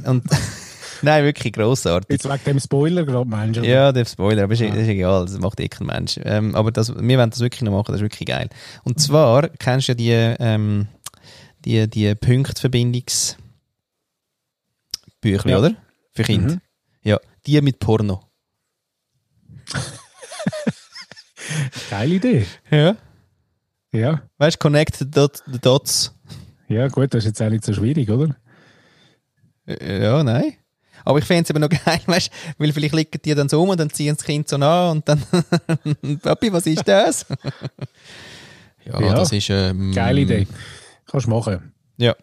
S1: und, nein, wirklich grossartig.
S2: Jetzt wegen dem Spoiler gerade, meinst du?
S1: Ja, der Spoiler, aber ist,
S2: Ja.
S1: ist egal, das macht eh kein Mensch. Ähm, aber das, wir wollen das wirklich noch machen, das ist wirklich geil. Und zwar kennst du ja die, ähm, die, die Punktverbindungsbüchli,
S2: Ja.
S1: oder? Für Kinder.
S2: Mhm.
S1: Ja, die mit Porno.
S2: Geile Idee.
S1: Ja.
S2: Ja.
S1: Weißt du, Connect the, dot, the Dots.
S2: Ja, gut, das ist jetzt auch nicht so schwierig, oder?
S1: Äh, Ja, nein. Aber ich fände es eben noch geil, weißt weil vielleicht liegen die dann so um und dann ziehen das Kind so nah und dann Papi, was ist das? ja,
S2: Ja.
S1: das ist ähm,
S2: Geile Idee. Kannst machen.
S1: Ja.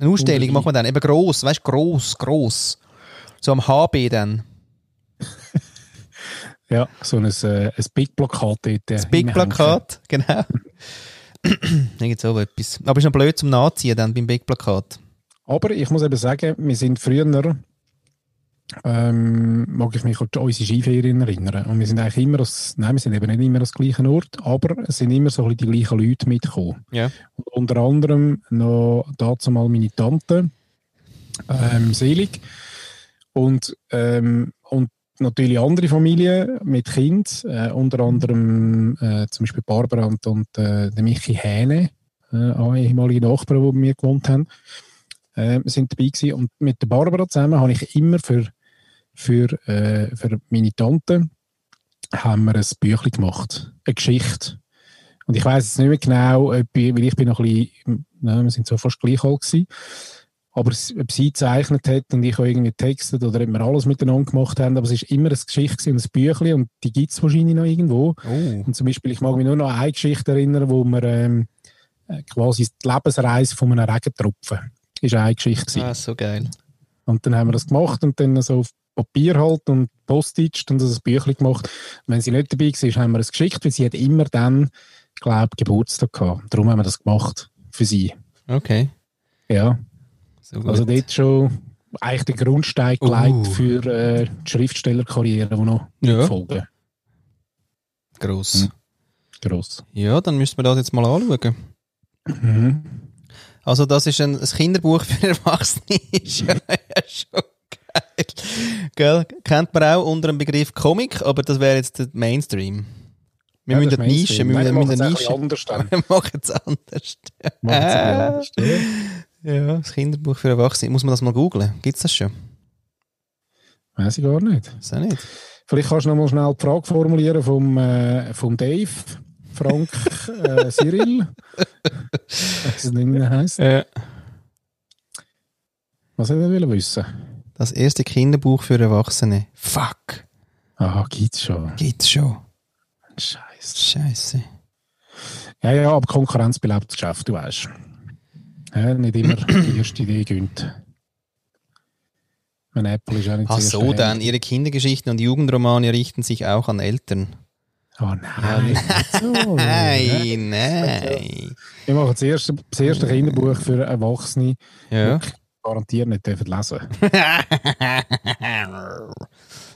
S1: Eine Ausstellung
S2: Unbedingt.
S1: machen wir dann, eben gross, weißt du, gross, gross. So am HB dann.
S2: Ja, so ein, äh, ein Big Plakat dort.
S1: Das Big Plakat, genau. Irgend so etwas. Aber ist noch blöd zum Nachziehen dann beim Big Plakat.
S2: Aber ich muss eben sagen, wir sind früher, ähm, mag ich mich an unsere Skiferien erinnern. Und wir sind eigentlich immer, als, nein, wir sind eben nicht immer am gleichen Ort, aber es sind immer so ein bisschen die gleichen Leute mitgekommen.
S1: Ja.
S2: Und unter anderem noch dazu mal meine Tante, ähm, selig. Und, ähm, und natürlich andere Familien mit Kind, äh, unter anderem äh, zum Beispiel Barbara und, und äh, der Michi Hähne, äh, auch ehemalige Nachbarn, die bei mir gewohnt haben, äh, sind dabei gewesen. Und mit der Barbara zusammen habe ich immer für, für, äh, für meine Tante haben wir ein Büchlein gemacht, eine Geschichte. Und ich weiß jetzt nicht mehr genau, ob ich, weil ich bin noch ein bisschen, nein, wir sind so fast gleich alt gewesen, aber s- ob sie gezeichnet hat und ich auch irgendwie textet oder ob wir alles miteinander gemacht haben, aber es ist immer eine Geschichte gewesen und ein Büchlein und die gibt es wahrscheinlich noch irgendwo.
S1: Oh.
S2: Und zum Beispiel, ich mag mich nur noch an eine Geschichte erinnern, wo wir ähm, äh, quasi die Lebensreise von einem Regentropfen, ist eine Geschichte gewesen.
S1: Ah, so geil.
S2: Und dann haben wir das gemacht und dann so auf Papier halt und postitscht und so ein Büchlein gemacht. Und wenn sie nicht dabei war, haben wir es geschickt, weil sie hat immer dann, glaube Geburtstag gehabt. Darum haben wir das gemacht für sie.
S1: Okay.
S2: Ja,
S1: So
S2: also dort schon eigentlich den Grundstein
S1: Uh.
S2: gelegt für äh, die Schriftstellerkarriere, die noch
S1: Ja.
S2: folgen.
S1: gross.
S2: Hm. Gross.
S1: Ja, dann müssten wir das jetzt mal anschauen.
S2: Mhm.
S1: Also das ist ein, ein Kinderbuch für Erwachsene. ist ja, ja schon geil. Gell? Kennt man auch unter dem Begriff Comic, aber das wäre jetzt der Mainstream. Wir
S2: Ja, das
S1: müssen
S2: ist
S1: die Nische,
S2: Mainstream.
S1: wir müssen,
S2: Nein,
S1: müssen
S2: wir
S1: eine
S2: machen es
S1: Nische. Äh.
S2: ein bisschen anders
S1: Wir machen es anders.
S2: dann. Machen es ein bisschen anders, oder?
S1: Ja, das Kinderbuch für Erwachsene. Muss man das mal googlen? Gibt es das schon?
S2: Weiss ich gar nicht.
S1: Ist auch nicht.
S2: Vielleicht kannst du noch mal schnell die Frage formulieren vom, äh, vom eh, Dave. Frank äh, Cyril. Was es nicht mehr heisst.
S1: Ja.
S2: Was hätte er wollen wissen?
S1: Das erste Kinderbuch für Erwachsene. Fuck.
S2: Aha, gibt's schon.
S1: Gibt's schon.
S2: Ah, Scheiße.
S1: Scheiße.
S2: Ja, ja, aber Konkurrenz belebt das Geschäft, du weißt. Ja, nicht immer die erste Idee gönnt. Mein Apple ist auch nicht
S1: Ach
S2: zuerst
S1: so, dann.
S2: erhängt.
S1: Ihre Kindergeschichten und Jugendromane richten sich auch an Eltern.
S2: Oh nein, nicht so. Ja.
S1: Nein, nein.
S2: Ich mache das erste, das erste Kinderbuch für Erwachsene.
S1: Ja.
S2: die Garantiert nicht dürfen lesen.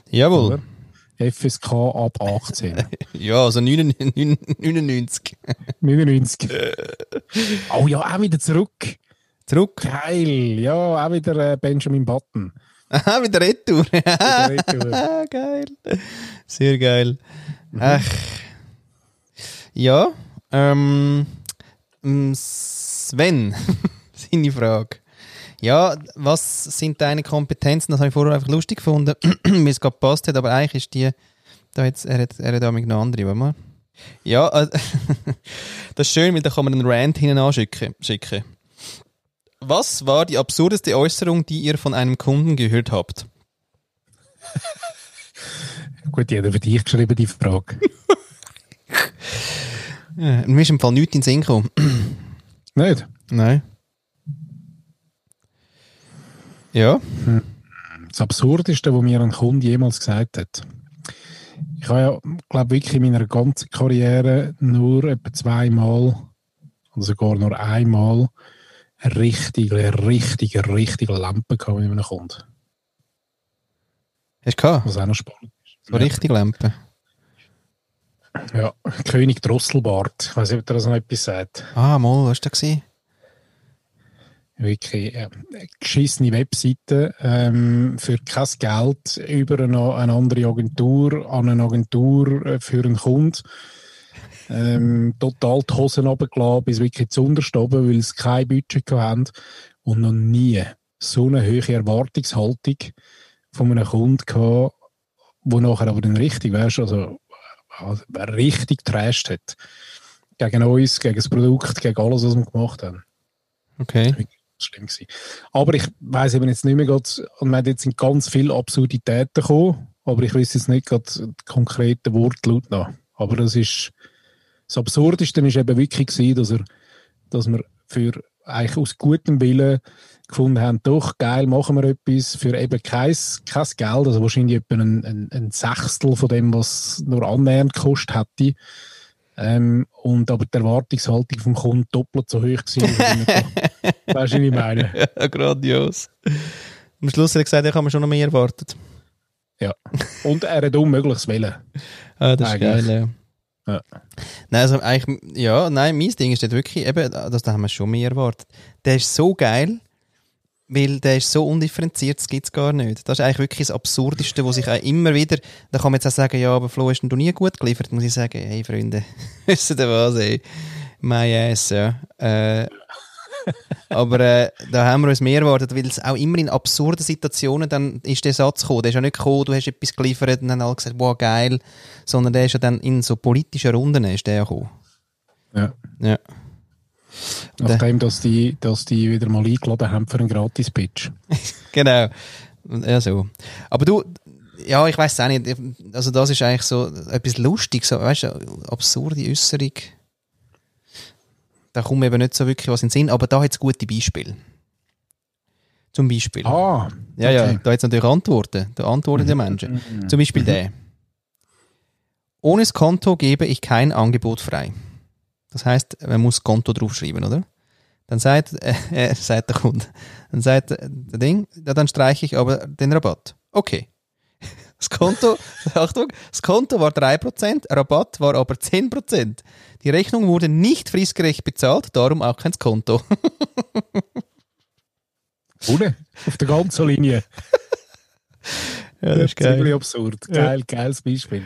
S1: Jawohl. Oh.
S2: Oder? FSK ab 18.
S1: Ja, also 99. 99.
S2: 99.
S1: Äh.
S2: Oh ja, auch wieder zurück.
S1: Zurück.
S2: Geil. Ja, auch wieder äh, Benjamin Button.
S1: Aha, wieder Retour.
S2: Wieder retour.
S1: Ah, geil. Sehr geil. Ach. Ja, ähm, m, Sven, seine Frage. Ja, was sind deine Kompetenzen? Das habe ich vorher einfach lustig gefunden, wie es gerade gepasst hat, aber eigentlich ist die, da jetzt, er hat er hat auch eine andere, warte mal. Ja, äh, das ist schön, weil da kann man einen Rant hinten anschicken. Schicken. Was war die absurdeste Äußerung, die ihr von einem Kunden gehört habt?
S2: Gut, jeder für dich geschrieben, die Frage.
S1: Ja, Äh, mir ist im Fall nichts in den Sinn gekommen.
S2: Nicht?
S1: Nein. Ja.
S2: Das Absurdeste, was mir ein Kunde jemals gesagt hat. Ich habe ja, glaube wirklich in meiner ganzen Karriere nur etwa zweimal oder sogar nur einmal richtig, richtig, richtig Lampen gehabt mit einem Kunden.
S1: Hast du gehabt?
S2: Was auch noch spannend ist.
S1: So richtig Lampe.
S2: Ja, König Drosselbart. Ich weiß nicht, ob dir das noch etwas sagt.
S1: Ah, mal, was war das? gewesen?
S2: Wirklich äh, geschissene Webseite ähm, für kein Geld über eine, eine andere Agentur, an eine Agentur äh, für einen Kunden. Ähm, total die Hosen runtergelassen, bis wirklich zu unterst oben, weil sie kein Budget hatten und noch nie so eine hohe Erwartungshaltung von einem Kunden gehabt, wo nachher aber dann richtig, weißt, also, also richtig trasht hat. Gegen uns, gegen das Produkt, gegen alles, was wir gemacht haben
S1: Okay.
S2: schlimm gewesen. Aber ich weiß eben jetzt nicht mehr grad, und wir haben jetzt sind ganz viele Absurditäten gekommen, aber ich weiß jetzt nicht grad die konkreten Wortlaut noch. Aber das ist, das Absurdeste ist eben wirklich gewesen, dass er, dass wir für eigentlich aus gutem Willen gefunden haben, doch geil, machen wir etwas für eben kein, kein Geld, also wahrscheinlich etwa ein, ein, ein Sechstel von dem, was nur annähernd gekostet hätte. Ähm, und aber die Erwartungshaltung vom Kunden doppelt so hoch gewesen. weißt du, was ich meine?
S1: Ja, grandios. Am Schluss hat er gesagt, ich habe mir schon noch mehr erwartet.
S2: Und er hat unmögliches Willen.
S1: Ah, das
S2: Eigentlich.
S1: ist geil, ja.
S2: Ja.
S1: Nein, also eigentlich, ja, nein, mein Ding ist dort wirklich, eben, das da haben wir schon mehr erwartet. Der ist so geil, weil der ist so undifferenziert, das gibt es gar nicht. Das ist eigentlich wirklich das Absurdeste, was ich auch immer wieder, da kann man jetzt auch sagen, ja, aber Flo, hast denn du nie gut geliefert? Muss ich sagen, hey Freunde, wisst ihr was, ey? My ass, ja. Äh, aber äh, da haben wir uns mehr erwartet, weil es auch immer in absurden Situationen dann ist der Satz gekommen. Der ist ja nicht gekommen, du hast etwas geliefert und dann haben alle gesagt, wow, geil. Sondern der ist ja dann in so politischen Runden ist der ja gekommen.
S2: Ja.
S1: Ja.
S2: Nachdem, dass die, dass die wieder mal eingeladen haben für einen Gratis-Pitch.
S1: genau. Ja, so. Aber du, ja, ich weiß auch nicht. Also, das ist eigentlich so etwas Lustiges, so, weißt du, absurde Äußerung. Da kommt mir eben nicht so wirklich was in den Sinn, aber da hat es gute Beispiele. Zum Beispiel.
S2: Ah,
S1: ja, ja,
S2: okay. Mhm.
S1: da hat es natürlich Antworten. Da antworten die Menschen. Zum Beispiel der. Ohne das Konto gebe ich kein Angebot frei. Das heißt, man muss Konto draufschreiben, oder? Dann sagt, äh, äh, sagt der Kunde, dann sagt äh, der Ding, ja, dann streiche ich aber den Rabatt. Okay. Das Konto, Achtung, das Konto war 3%, Rabatt war aber 10%. Die Rechnung wurde nicht fristgerecht bezahlt, darum auch kein Konto.
S2: Ohne? Auf der ganzen Linie.
S1: Ja,
S2: Ziemlich absurd. Geil, geiles Beispiel.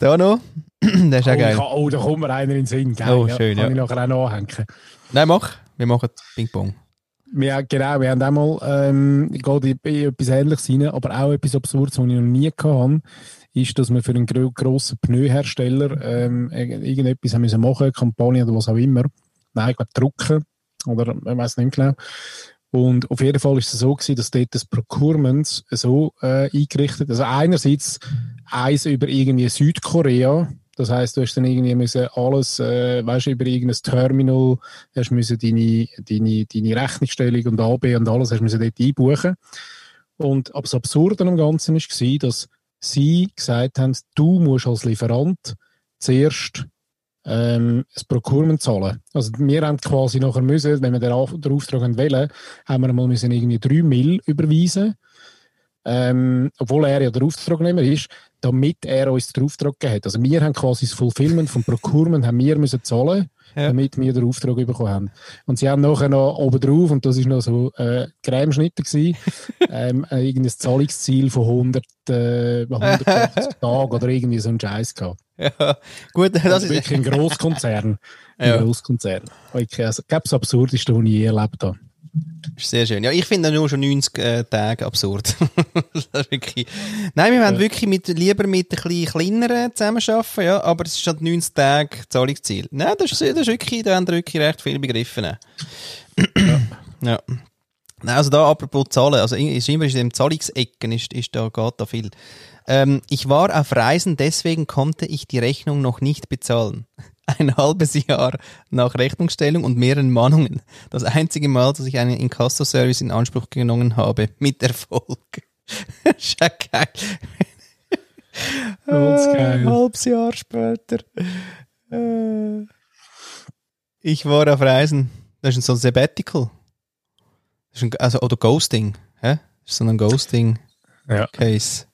S1: Da noch, der ist auch
S2: oh,
S1: geil.
S2: ich- oh, da kommt mir einer in den Sinn. Geil,
S1: Oh, schön,
S2: Kann
S1: ja.
S2: ich nachher auch anhängen.
S1: Nein, mach. Wir machen Ping-Pong.
S2: Ja, genau. Wir haben einmal ähm, geht in in etwas Ähnliches rein, aber auch etwas Absurdes, was ich noch nie hatte, ist, dass wir für einen gro- grossen Pneuhersteller ähm, irg- irgendetwas haben müssen machen, Kampagne oder was auch immer. Nein, ich glaube, drucken oder ich weiß nicht genau. Und auf jeden Fall ist es so gewesen, dass dort das Procurement so äh, eingerichtet, also einerseits eins über irgendwie Südkorea, das heißt, du hast dann irgendwie müssen alles, äh, weißt du, über irgendein Terminal hast müssen deine, deine, deine Rechnungsstellung und AB und alles hast müssen dort einbuchen. Und aber das Absurde am Ganzen war, dass sie gesagt haben, du musst als Lieferant zuerst ähm, das Procurement zahlen. Also wir haben quasi nachher müssen, wenn wir den, Auf- den Auftrag haben wollen, haben wir mal müssen irgendwie 3 Mill überweisen, ähm, obwohl er ja der Auftragnehmer ist, damit er uns den Auftrag gegeben hat. Also wir haben quasi das Fulfillment vom Procurement haben wir müssen zahlen
S1: Ja.
S2: damit wir den Auftrag bekommen haben. Und sie haben nachher noch oben drauf, und das ist noch so äh, Cremeschnitte gewesen, ähm, äh, irgendein Zahlungsziel von 100, äh, 180 Tagen oder irgendwie so ein Scheiß gehabt.
S1: Ja, gut, das
S2: Das ist
S1: ist.
S2: wirklich ein Grosskonzern. Ein
S1: Ja.
S2: Grosskonzern. Okay, also, ich glaube, das Absurdeste, was ich je erlebt habe.
S1: Ist sehr schön. Ja, ich finde nur schon 90 äh, Tage absurd. das ist wirklich... Nein, wir wollen wirklich mit, lieber mit ein bisschen kleineren zusammenarbeiten, ja, aber es ist schon 90 Tage Zahlungsziel. Nein, das ist, das ist wirklich, da haben wir wirklich recht viel begriffen. ja. ja. Nein, also da apropos Zahlen, also in- ist immer in den Zahlungsecken ist, ist da, geht da viel. Ähm, ich war auf Reisen, deswegen konnte ich die Rechnung noch nicht bezahlen. Ein halbes Jahr nach Rechnungsstellung und mehreren Mahnungen. Das einzige Mal, dass ich einen Inkasso-Service in Anspruch genommen habe. Mit Erfolg. ist ja geil.
S2: Das ist geil.
S1: Ein halbes Jahr später. Äh, ich war auf Reisen. Das ist so ein Sabbatical. Das ist ein, also, oder Ghosting. Hä? Das ist so ein Ghosting-Case.
S2: Ja,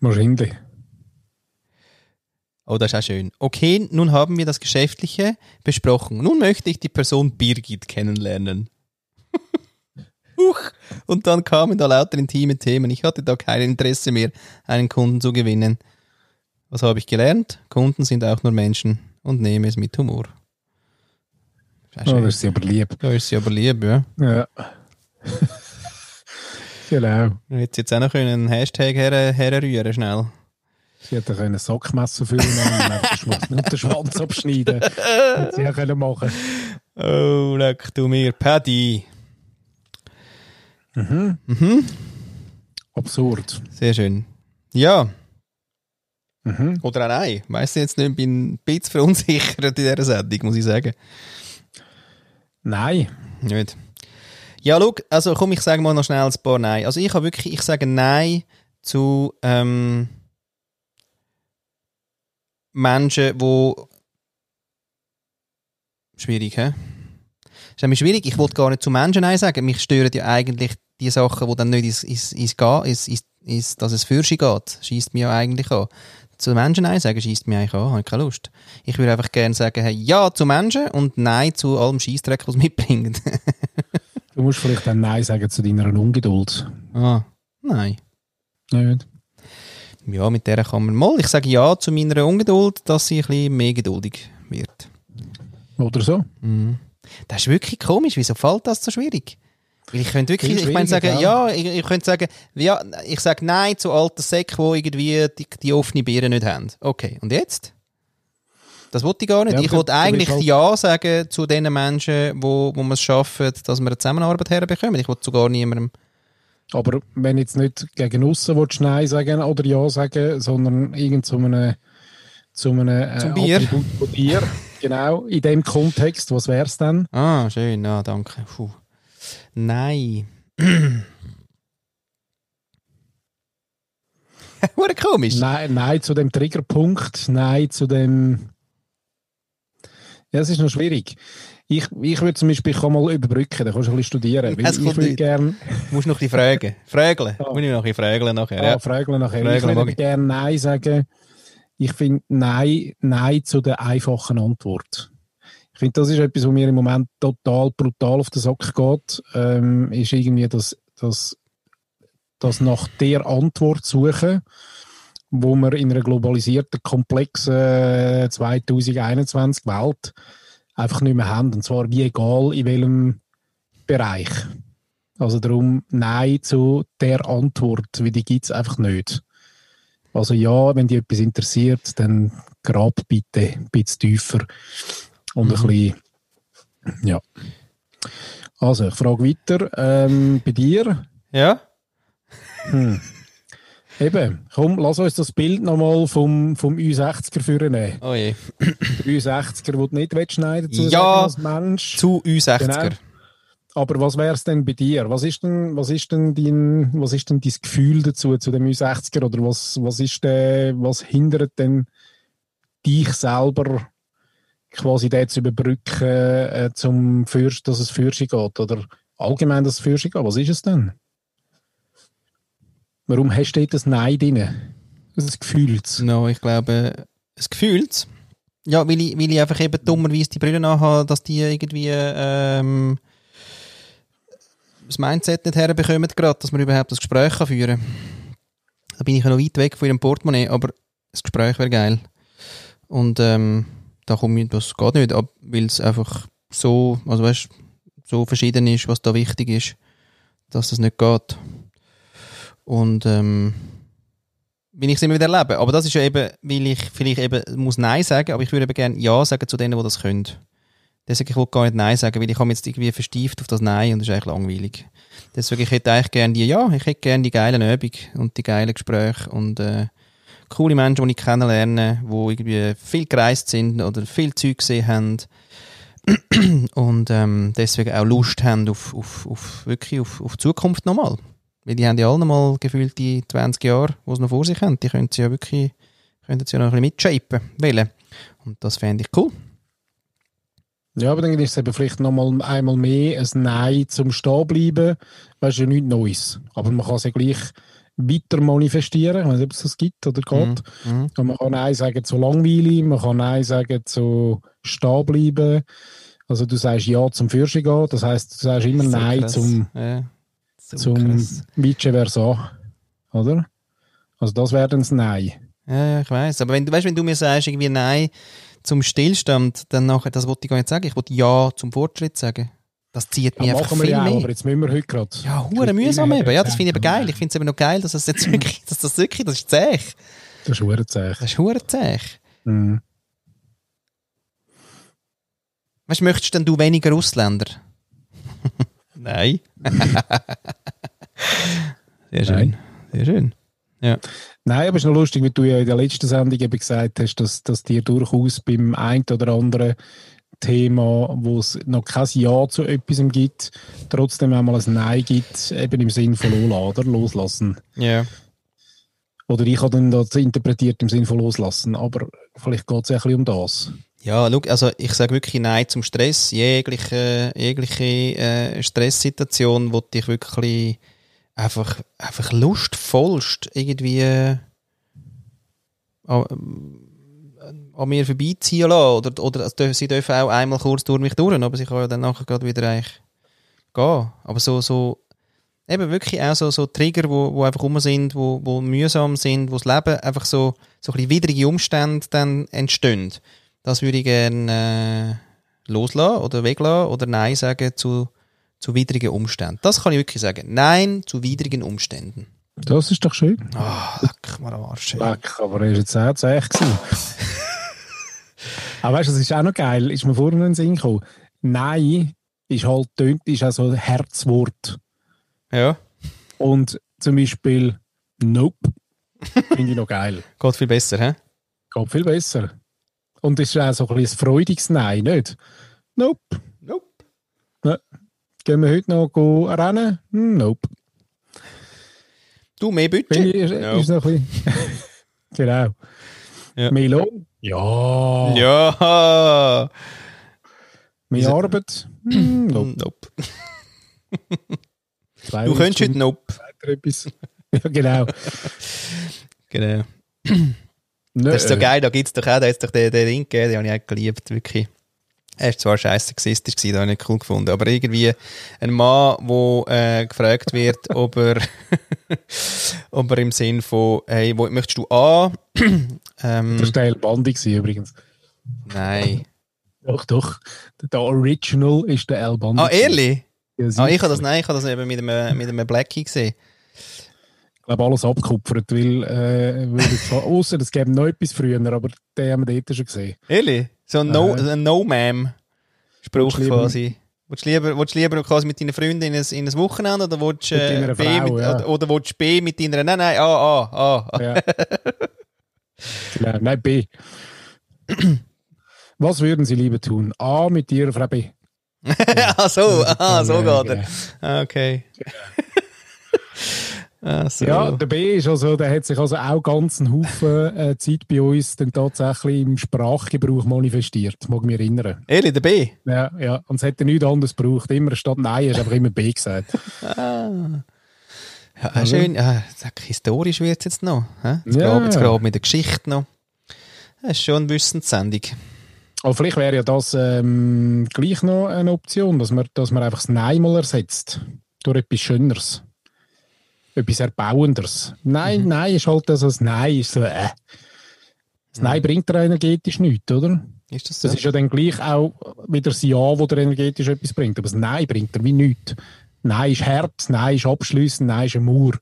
S2: wahrscheinlich.
S1: Oh, das ist auch schön. Okay, nun haben wir das Geschäftliche besprochen. Nun möchte ich die Person Birgit kennenlernen. Huch! Und dann kamen da lauter intime Themen. Ich hatte da kein Interesse mehr, einen Kunden zu gewinnen. Was habe ich gelernt? Kunden sind auch nur Menschen und nehme es mit Humor. Ist auch
S2: Oh,
S1: schön.
S2: das ist aber lieb.
S1: Da ist sie aber lieb, ja.
S2: Ja. genau.
S1: Hätte sie jetzt auch noch können einen Hashtag her herrühren schnell.
S2: Sie hätte können ein Sackmesser für ihn nehmen und den Schwanz- und den Schwanz abschneiden. Hätte sie auch können machen
S1: Oh, leck du mir, Paddy.
S2: Absurd.
S1: Sehr schön. Ja,
S2: Mhm.
S1: Oder auch nein. Weiss ich jetzt nicht, bin ein bisschen verunsichert in dieser Sendung, muss ich sagen.
S2: Nein.
S1: Nicht. Ja, schau, also komm, ich sage mal noch schnell ein paar Nein. Also ich habe wirklich, ich sage Nein zu ähm, Menschen, die... Schwierig, hä? Ist nämlich schwierig, ich wollte gar nicht zu Menschen Nein sagen. Mich stören ja eigentlich die Sachen, die dann nicht ins, ins, ins, Ga- ins, ins, ins dass es für sie geht. Schießt mich ja eigentlich an. Zu Menschen Nein sagen schießt mich eigentlich an, habe ich keine Lust. Ich würde einfach gerne sagen, hey, ja zu Menschen und nein zu allem Scheißdreck, was mitbringt.
S2: Du musst vielleicht dann Nein sagen zu deiner Ungeduld.
S1: ah, nein.
S2: Nicht?
S1: Ja, mit der kann man mal. Ich sage ja zu meiner Ungeduld, dass sie ein bisschen mehr geduldig wird.
S2: Oder so?
S1: Mhm. Das ist wirklich komisch. Wieso fällt das so schwierig? Weil ich könnte
S2: Viel
S1: wirklich, ich meine,
S2: schwieriger,
S1: sagen, ja, ich, ich könnte sagen, ja, ich sage nein zu alten Säcken, die irgendwie die, die offene Biere nicht haben. Okay, und jetzt? Das wollte ich gar nicht.
S2: Ja,
S1: ich
S2: aber
S1: wollte
S2: du bist
S1: eigentlich
S2: halt-
S1: ja sagen zu den Menschen, wo, wo wir es schaffen, dass wir eine Zusammenarbeit herbekommen. Ich wollte zu gar niemandem.
S2: Aber wenn jetzt nicht gegen aussen willst, Nein sagen oder Ja sagen, sondern irgend zu einem, zu einem äh,
S1: Zum Bier.
S2: Attribut von dir, genau, in dem Kontext, was wäre es dann?
S1: Ah, schön, ja, danke. Puh. Nein. Wurde komisch.
S2: Nein, nein zu dem Triggerpunkt, nein zu dem. Ja, es ist noch schwierig. Ich, ich würde zum Beispiel kann mal überbrücken, da kannst du ein bisschen studieren. Weil
S1: Das
S2: ich
S1: kommt
S2: würde
S1: nicht.
S2: gerne
S1: Musst noch ein bisschen fragen. Frageln.
S2: Ja.
S1: Muss ich noch ein bisschen frageln nachher.
S2: ja.
S1: Ja.
S2: ah, fragen nachher.
S1: Fragen
S2: ich
S1: mag
S2: würde
S1: ich.
S2: gerne Nein sagen. Ich finde Nein, Nein zu der einfachen Antwort. Ich finde, das ist etwas, was mir im Moment total brutal auf den Sack geht. Ähm, ist irgendwie das, das, das nach der Antwort suchen, wo wir in einer globalisierten, komplexen äh, 2021 Welt einfach nicht mehr haben. Und zwar wie egal in welchem Bereich. Also darum, nein zu der Antwort, weil die gibt es einfach nicht. Also ja, wenn dich etwas interessiert, dann grab bitte ein bisschen tiefer und ein bisschen, ja. Also, ich frage weiter, ähm, bei dir,
S1: Ja?
S2: hm. eben, komm, lass uns das Bild nochmal vom, vom U60er führen nehmen.
S1: Oh je.
S2: Der U60er, den du nicht wegschneiden willst, zu
S1: Ja.
S2: sagen als Mensch.
S1: Zu U60er.
S2: Genau. Aber was wäre es denn bei dir? Was ist denn, was ist denn dein, was ist denn dein Gefühl dazu, zu dem 60er? Oder was, was ist der, was hindert denn dich selber quasi den zu überbrücken, äh, zum Fürst, dass es Fürsche geht? Oder allgemein, dass es Fürsche geht? Was ist es denn? Warum hast du dort das Nein drin? Das Gefühl.
S1: No, ich glaube, es gefühlt. Ja, weil ich, weil ich einfach eben dummerweise die Brille anhabe, dass die irgendwie ähm, das Mindset nicht herbekommen gerade, dass man überhaupt das Gespräch kann führen kann. Da bin ich ja noch weit weg von ihrem Portemonnaie, aber das Gespräch wäre geil. Und ähm, da komme ich, das geht nicht ab, weil es einfach so, also weißt, so verschieden ist, was da wichtig ist, dass das nicht geht. Und ähm, will ich es immer wieder erleben. Aber das ist ja eben, weil ich vielleicht eben muss Nein sagen, aber ich würde eben gerne Ja sagen zu denen, die das können. Deswegen ich wollte gar nicht Nein sagen, weil ich habe mich jetzt irgendwie verstieft auf das Nein und das ist eigentlich langweilig. Deswegen ich hätte eigentlich gerne die Ja, ich hätte gerne die geilen Übungen und die geilen Gespräche und äh, coole Menschen, die ich kennenlerne, die irgendwie viel gereist sind oder viel Zeug gesehen haben und ähm, deswegen auch Lust haben auf, auf, auf wirklich auf, auf die Zukunft nochmal. Weil die haben ja alle nochmal gefühlt die 20 Jahre, die sie noch vor sich haben. Die können sie ja wirklich, können sie ja noch ein bisschen mitshapen wollen. Und das fände ich cool.
S2: Ja, aber dann ist es eben vielleicht nochmal einmal mehr ein Nein zum Stehenbleiben. Weißt du, ja nichts Neues. Aber man kann es ja gleich weiter manifestieren. Ich weiß nicht, ob es das gibt oder geht.
S1: Mhm.
S2: Und man kann Nein sagen zu Langweile, man kann Nein sagen zu Stehenbleiben. Also du sagst Ja zum Fürsche gehen, das heisst, du sagst immer
S1: So
S2: Nein
S1: krass.
S2: zum,
S1: Ja. So
S2: zum
S1: krass.
S2: Vice versa. Oder? Also das wäre dann das Nein.
S1: Ja, ja, ich weiß. Aber wenn, du- weißt, wenn du mir sagst, irgendwie Nein zum Stillstand, dann nachher, das wollte ich gar nicht sagen. Ich wollte Ja zum Fortschritt sagen. Das zieht
S2: Ja,
S1: mich einfach
S2: machen wir
S1: viel
S2: ja auch,
S1: mehr.
S2: aber jetzt müssen wir heute gerade.
S1: Ja, hure mühsam eben. Ja, das finde ich aber geil. Ich finde es eben noch geil, dass das jetzt wirklich, dass das wirklich, das ist zäh.
S2: Das ist ein Zeichen.
S1: Das ist hure zäh.
S2: Mhm.
S1: Weißt du, möchtest denn du weniger Ausländer? Nein. Sehr schön.
S2: Nein.
S1: Sehr schön.
S2: Nein, aber es ist noch lustig, weil du ja in der letzten Sendung eben gesagt hast, dass, dass dir durchaus beim einen oder anderen Thema, wo es noch kein Ja zu etwas gibt, trotzdem einmal ein Nein gibt, eben im Sinn von Lola, oder? Loslassen.
S1: Ja.
S2: Oder ich habe dann das interpretiert im Sinn von Loslassen, aber vielleicht geht es ja ein bisschen um das.
S1: Ja, schau, also ich sage wirklich Nein zum Stress. Jegliche, jegliche äh, Stresssituation, wo du dich wirklich einfach, einfach lustvollst irgendwie äh, an, ähm, an mir vorbeiziehen lassen. Oder, oder es dürfen- sie dürfen auch einmal kurz durch mich durch, aber sie kann ja dann nachher gerade wieder eigentlich gehen. Aber so, so eben wirklich auch so, so Trigger, wo, wo einfach rum sind, wo, wo mühsam sind, wo das Leben einfach so, so ein bisschen widrige Umstände dann entstehen. Das würde ich gerne äh, loslassen oder weglassen oder Nein sagen zu, zu widrigen Umständen. Das kann ich wirklich sagen. Nein zu widrigen Umständen.
S2: Das ist doch schön.
S1: Ah, leck mal am Arsch. ey.
S2: Leck, aber er ist jetzt auch zu echt gewesen. aber weißt du, das ist auch noch geil, ist mir vorhin in den Sinn gekommen. Nein ist halt, tönt, ist auch so ein Herzwort.
S1: Ja,
S2: Und zum Beispiel Nope finde ich noch geil.
S1: geht viel besser, hä?
S2: Geht viel besser. Und das ist auch so ein bisschen ein freudiges Nein, nicht? Nope.
S1: Nope.
S2: Gehen wir heute noch go rennen? Hm, Nope.
S1: Du, mehr
S2: Finde
S1: Budget?
S2: ich, ist,
S1: Nope.
S2: ist noch ein bisschen... genau.
S1: Ja.
S2: Mehr Lohn? Ja.
S1: Ja.
S2: Mehr Arbeit? Hm, nope.
S1: Nope.
S2: Zwei
S1: Du könntest heute
S2: Stunden
S1: Nope.
S2: weiter etwas. Ja, genau.
S1: Genau. Das ist so
S2: Nö.
S1: geil, da gibt es doch auch, da hat doch den, den Link gegeben, den habe ich auch geliebt, wirklich. Er ist zwar scheiße sexistisch gewesen, den habe ich nicht cool gefunden, aber irgendwie ein Mann, wo äh, gefragt wird, ob er, ob er im Sinn von, hey, wo möchtest du an?
S2: Das
S1: ähm,
S2: war der Bandi gewesen, übrigens.
S1: nein.
S2: Doch, doch. Der Original ist der El Bandi.
S1: Ah, ehrlich?
S2: Ja,
S1: Ah, ich habe das, nein, ich habe das eben mit einem, mit einem Blackie gesehen.
S2: Ich glaube, alles abgekupfert, weil, äh, weil das, ausser, es gäbe noch etwas früher, aber den haben wir dort schon gesehen.
S1: Ehrlich? So ein No,
S2: Aha.
S1: ein no ma'am Spruch
S2: Willst du lieber-
S1: quasi. Willst du lieber, willst du lieber quasi mit deinen Freunden in ein, in ein Wochenende oder willst du
S2: Mit
S1: äh,
S2: deiner
S1: B,
S2: Frau,
S1: mit,
S2: ja.
S1: oder, oder willst du B mit deiner... Nein, nein, ah, ah, ah.
S2: Ja. genau. Nein, B. Was würden Sie lieber tun? A mit Ihrer Frau B. äh,
S1: ah so, ah, so
S2: Ja,
S1: geht er. Ah, Okay. ah, so.
S2: Ja, der B ist also, der hat sich also auch ganz einen Haufen äh, Zeit bei uns dann tatsächlich im Sprachgebrauch manifestiert, mag mich erinnern.
S1: Ehrlich, der B?
S2: Ja, ja. Und es hätte nichts anderes gebraucht. Immer statt Nein ist einfach immer B gesagt.
S1: Ah. Ja,
S2: Oder?
S1: schön. Ah, sag, historisch wird es jetzt noch. hä? Jetzt
S2: Ja.
S1: graben- jetzt graben wir in der Geschichte noch. Das ist schon eine Wissenssendung.
S2: Aber vielleicht wäre ja das ähm, gleich noch eine Option, dass man, dass man einfach das Nein mal ersetzt durch etwas Schöneres. Etwas Erbauenderes. Nein, Nein ist halt also das Nein ist so, äh. Das Nein bringt dir energetisch nichts, oder?
S1: Ist das so?
S2: Das ist ja dann gleich auch wieder das Ja, wo dir energetisch etwas bringt. Aber das Nein bringt dir wie nichts. Nein ist hart, Nein ist abschliessen, Nein ist eine Mauer.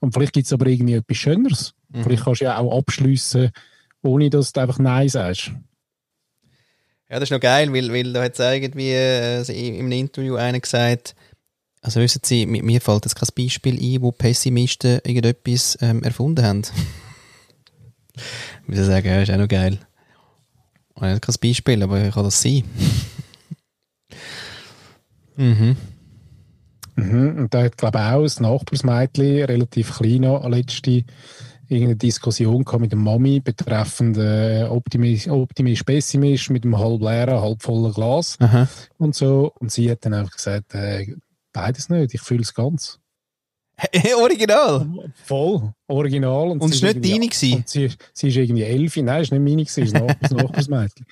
S2: Und vielleicht gibt es aber irgendwie etwas Schöneres. Vielleicht kannst du ja auch abschliessen, ohne dass du einfach Nein sagst.
S1: Ja, das ist noch geil, weil, weil da hat es irgendwie äh, also in- im Interview einer gesagt, also wissen Sie, mi- mir fällt jetzt kein Beispiel ein, wo Pessimisten irgendetwas ähm, erfunden haben. ich würde sagen, ja, ist auch noch geil. Ich habe kein Beispiel, aber kann das sein? mhm.
S2: Mhm. Und da hat, glaube ich, auch das Nachbarsmädchen, relativ klein noch, letzte irgendeine Diskussion gehabt mit der Mami betreffend äh, optimistisch, optimisch, pessimisch mit einem halb leeren, halb vollen Glas
S1: Aha.
S2: und so. Und sie hat dann einfach gesagt, äh, beides nicht, ich fühle es ganz.
S1: Original!
S2: Voll, original.
S1: Und
S2: sie
S1: es war nicht
S2: irgendwie-
S1: deine? gewesen?
S2: Und sie, sie ist irgendwie elf, nein, es war nicht meine, gewesen, es war das Nachbarsmädchen.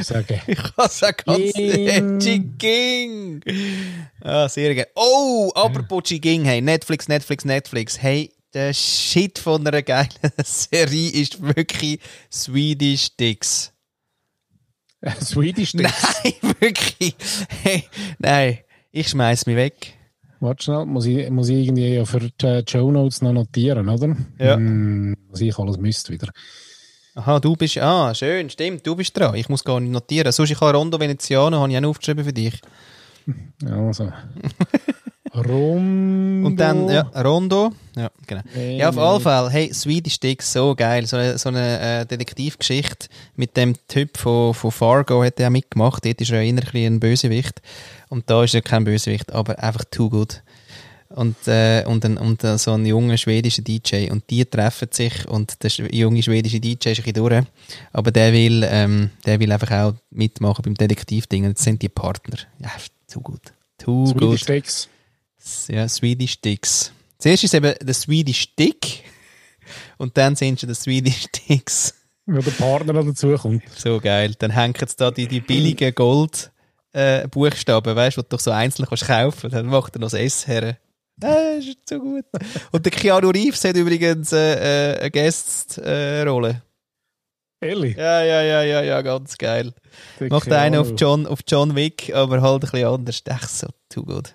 S2: Ich sage,
S1: Ich kann es auch ganz
S2: Ging.
S1: Chiging! Ah, sehr geil. Oh, apropos Chiging, hey, Netflix, Netflix, Netflix. Hey, der Shit von einer geilen Serie ist wirklich Swedish Dicks.
S2: äh, Swedish Ding.
S1: Nein, wirklich. Hey, nein, ich schmeiß mich weg.
S2: Warte schnell, muss ich, muss ich irgendwie ja für die äh, Show Notes noch notieren, oder?
S1: Ja.
S2: Hm, was ich alles müsste wieder.
S1: Aha, du bist, ah, schön, stimmt, du bist dran. Ich muss gar nicht notieren. Sonst, ich habe Rondo Veneziano, habe ich auch noch aufgeschrieben für dich.
S2: Ja, Also. Rum.
S1: Und dann, ja, Rondo. Ja, genau. Ja, auf alle Fälle. Hey, Swedish Dick, so geil. So eine, so eine äh, Detektivgeschichte mit dem Typ von, von Fargo hat er auch mitgemacht. Dort ist er ja eher ein, bisschen ein Bösewicht. Und da ist er kein Bösewicht, aber einfach too good. Und, äh, und, ein, und äh, so ein junger schwedischer DJ. Und die treffen sich und der sch- junge schwedische DJ ist ein bisschen durch. Aber der will, ähm, der will einfach auch mitmachen beim Detektivding. Und jetzt sind die Partner. Ja, too good. Too good.
S2: Swedish Decks.
S1: Ja, Swedish Dicks. Zuerst ist eben der Swedish Dick und dann sind schon die Swedish Dicks.
S2: Wo der Partner noch dazukommt.
S1: So geil. Dann hängen jetzt da die, die billigen Gold äh, Buchstaben, weißt du, die du doch so einzeln kannst kaufen. Dann macht er noch das S her. Das ist so gut. Und der Keanu Reeves hat übrigens äh, äh, eine Guest-Rolle.
S2: Ehrlich.
S1: ja, ja, ja, ja, ja, ganz geil. Macht einen auf John, auf John Wick, aber halt ein bisschen anders. Echt so, too good.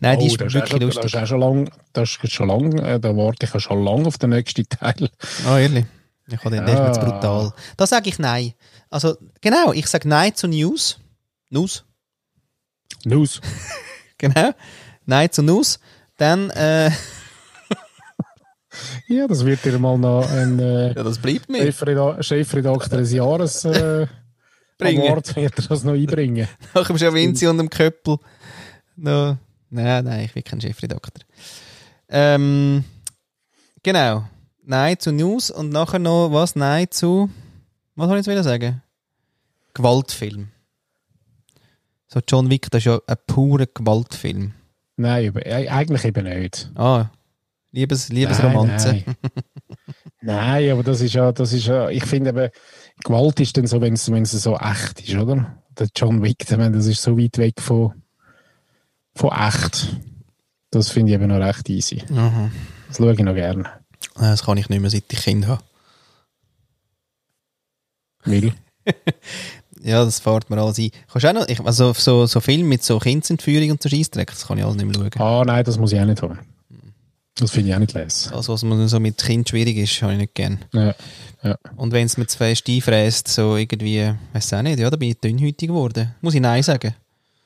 S1: Nein, die ist
S2: das
S1: wirklich
S2: schon,
S1: lustig.
S2: Das Oh, ist auch schon lang, das ist schon lang, äh, da warte ich ja schon lange auf den nächsten Teil.
S1: Ah, ehrlich? Ich habe den, der ist mir zu
S2: Ah.
S1: brutal. Da sage ich Nein. Also, genau, ich sage Nein zu News. News,
S2: News.
S1: genau. Nein zu News. Dann, äh,
S2: Ja, das wird dir mal noch ein äh,
S1: ja, das bleibt mir.
S2: Chefreda Chefredakteur des Jahres äh,
S1: Bringen.
S2: Award wird er das noch einbringen.
S1: Nach dem Schawinzi und dem Köppel. No. Nein, nein, ich bin kein Chefredakteur. Ähm, genau. Nein zu News und nachher noch was? Nein zu. Was soll ich jetzt wieder sagen? Gewaltfilm. So, John Wick, das ist ja ein purer Gewaltfilm.
S2: Nein, eben- e- eigentlich eben nicht.
S1: Ah, Liebes, Liebesromanze.
S2: Nein, nein. nein, aber das ist ja, das ist ja, ich finde eben, Gewalt ist dann so, wenn es so echt ist, oder? Der John Wick, ich meine, das ist so weit weg von, von echt. Das finde ich eben noch recht easy.
S1: Aha.
S2: Das schaue ich noch gerne.
S1: Äh, Das kann ich nicht mehr, seit ich Kind habe.
S2: Weil,
S1: Ja, das fährt mir alles ein. Kannst auch noch, ich, also auf so, so Filme mit so Kindsentführung und so Scheissdreck, das kann ich alles nicht mehr schauen.
S2: Ah, nein, das muss ich auch nicht haben. Das finde ich auch nicht leise.
S1: Also was man so mit Kind schwierig ist, habe ich nicht gern.
S2: Ja, ja.
S1: Und wenn es mir zwei einfräst, so irgendwie, weiß auch nicht, ja, da bin ich dünnhütig geworden. Muss ich Nein sagen?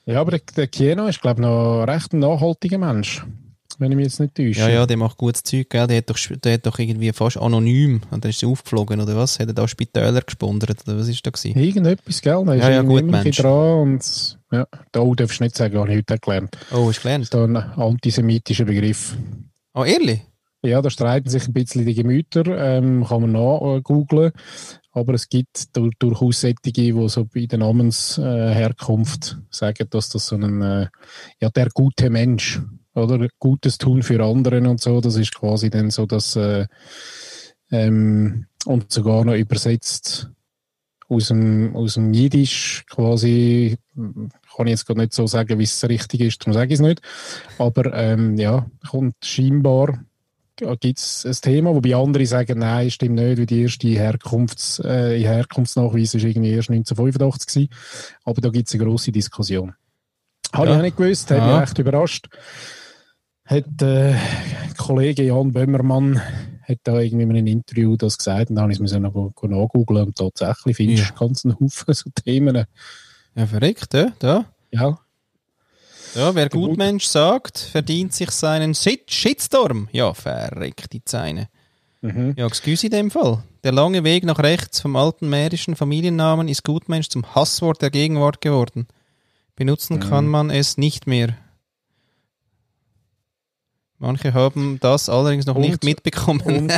S2: ja, aber der, der Kino ist, glaube ich, noch recht ein nachhaltiger Mensch. Wenn ich mich jetzt nicht täusche.
S1: Ja, ja, der macht gutes Zeug, gell? Der, hat doch, sch- der hat doch irgendwie fast anonym, und dann ist er aufgeflogen, oder was? Hat er da Spitäler gespondert, oder was ist da gewesen?
S2: Irgendetwas, gell? Da ist
S1: Ja, ja, gut,
S2: immer ein
S1: Mensch.
S2: bisschen dran und ja, da darfst du nicht sagen, habe ich heute gelernt.
S1: Oh, hast du
S2: Das
S1: gelernt?
S2: ist da ein antisemitischer Begriff.
S1: Oh, ehrlich?
S2: Ja, da streiten sich ein bisschen die Gemüter, ähm, kann man nachgoogeln. Aber es gibt dur durchaus Sättige, die so bei der Namensherkunft äh, Herkunft sagen, dass das so ein, äh, ja, der gute Mensch, oder? Gutes tun für anderen und so, das ist quasi dann so, dass, äh, ähm, und sogar noch übersetzt aus dem, aus dem Jiddisch quasi, m, kann ich jetzt gerade nicht so sagen, wie es richtig ist, darum sage ich es nicht. Aber ähm, ja, kommt scheinbar gibt es ein Thema, wobei andere sagen, nein, stimmt nicht, weil die erste Herkunfts, äh, Herkunftsnachweis ist irgendwie erst 1985 gewesen. Aber da gibt es eine grosse Diskussion. Habe
S1: Ja.
S2: ich auch nicht gewusst, hat
S1: Ja.
S2: mich echt überrascht. Hat äh, Kollege Jan Böhmermann hat da irgendwie in einem Interview das gesagt und dann habe ich es mir noch go- go nachgoogeln und tatsächlich findest du
S1: Ja.
S2: ganz einen Haufen so Themen.
S1: Ja, verrückt, ja. Da.
S2: Ja,
S1: Ja, wer
S2: Gut.
S1: Gutmensch sagt, verdient sich seinen Shit Shitstorm. Ja, verreckt die Zeine.
S2: mhm.
S1: Ja, excuse in dem Fall. Der lange Weg nach rechts vom alten mährischen Familiennamen ist Gutmensch zum Hasswort der Gegenwart geworden.
S2: Mhm.
S1: Benutzen kann man es nicht mehr. Manche haben das allerdings noch
S2: Und-
S1: nicht mitbekommen.
S2: Und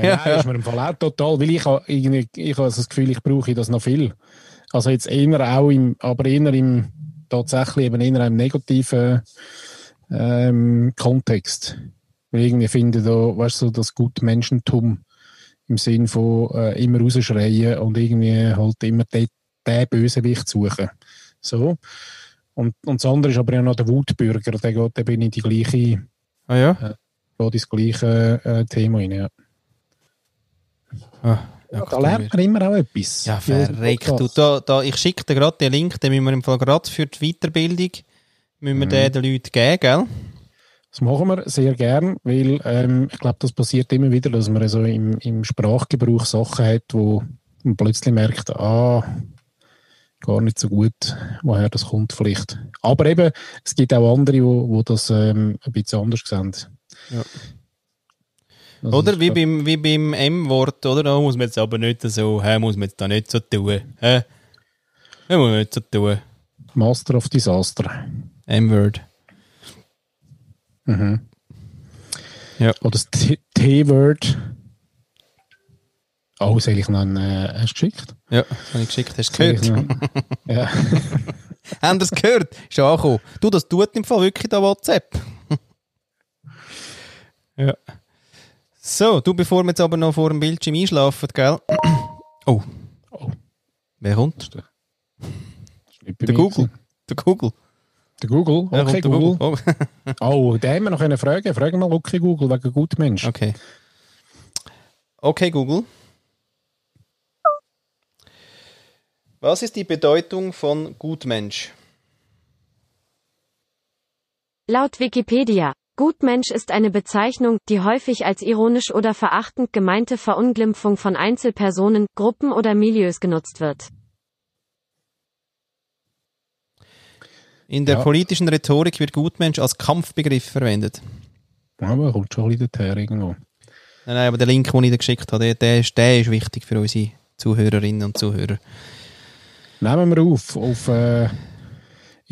S2: ja, nein, ist mir im Fall auch total, weil ich habe, irgendwie, ich habe das Gefühl, ich brauche das noch viel. Also jetzt eher auch im, aber eher im tatsächlich eben eher im negativen ähm, Kontext. Weil ich irgendwie finde da, weißt du, so das gute Menschentum im Sinn von äh, immer rausschreien und irgendwie halt immer den, den Bösewicht suchen. So. Und, und das andere ist aber ja noch der Wutbürger, der geht eben in die gleiche
S1: Ah ja?
S2: geht ins gleiche äh, Thema rein. Ja.
S1: Ah, ja,
S2: da lernt man immer auch etwas.
S1: Ja, verreckt. Du, da, da, ich schicke dir gerade den Link, den müssen wir im Fall gerade für die Weiterbildung müssen wir
S2: Mhm.
S1: den, den Leuten geben, gell?
S2: Das machen wir sehr gern, weil ähm, ich glaube, das passiert immer wieder, dass man so im, im Sprachgebrauch Sachen hat, wo man plötzlich merkt, ah, gar nicht so gut, woher das kommt vielleicht. Aber eben, es gibt auch andere, wo, wo das ähm, ein bisschen anders sehen.
S1: Ja.
S2: Das
S1: Oder
S2: ist,
S1: wie
S2: glaub-
S1: beim, wie beim M-Wort, oder? Da muss man jetzt aber nicht so, hä, muss man jetzt da nicht so tun. Hä? Da muss man nicht so tun.
S2: Master of Disaster.
S1: M-Word.
S2: Mhm.
S1: Ja.
S2: Oder das T- T-Word. Oh, soll ich noch einen, äh, hast du geschickt?
S1: Ja, das habe ich geschickt. Hast du
S2: Soll ich
S1: gehört?
S2: noch- ja.
S1: Habt ihr es gehört? Ist angekommen. Du, das tut im Fall wirklich da WhatsApp. ja. So, du, bevor wir jetzt aber noch vor dem Bildschirm einschlafen, gell? oh.
S2: Oh.
S1: Wer kommt?
S2: Ist nicht bei
S1: Der
S2: mir
S1: Google.
S2: gewesen.
S1: Der Google.
S2: Der Google?
S1: Wer
S2: Okay,
S1: kommt der
S2: Google.
S1: Google. Oh.
S2: Oh, den haben wir noch eine Frage. Frage mal, okay, Google, wegen gut Mensch.
S1: Okay. Okay, Google. Was ist die Bedeutung von Gutmensch?
S3: Laut Wikipedia. Gutmensch ist eine Bezeichnung, die häufig als ironisch oder verachtend gemeinte Verunglimpfung von Einzelpersonen, Gruppen oder Milieus genutzt wird.
S1: In der
S2: Ja.
S1: politischen Rhetorik wird Gutmensch als Kampfbegriff verwendet.
S2: Aber kommt schon ein bisschen daher irgendwo.
S1: Nein, nein, aber der Link, den ich dir geschickt habe, der, der, ist, der ist wichtig für unsere Zuhörerinnen und Zuhörer.
S2: Nehmen wir auf, auf äh, in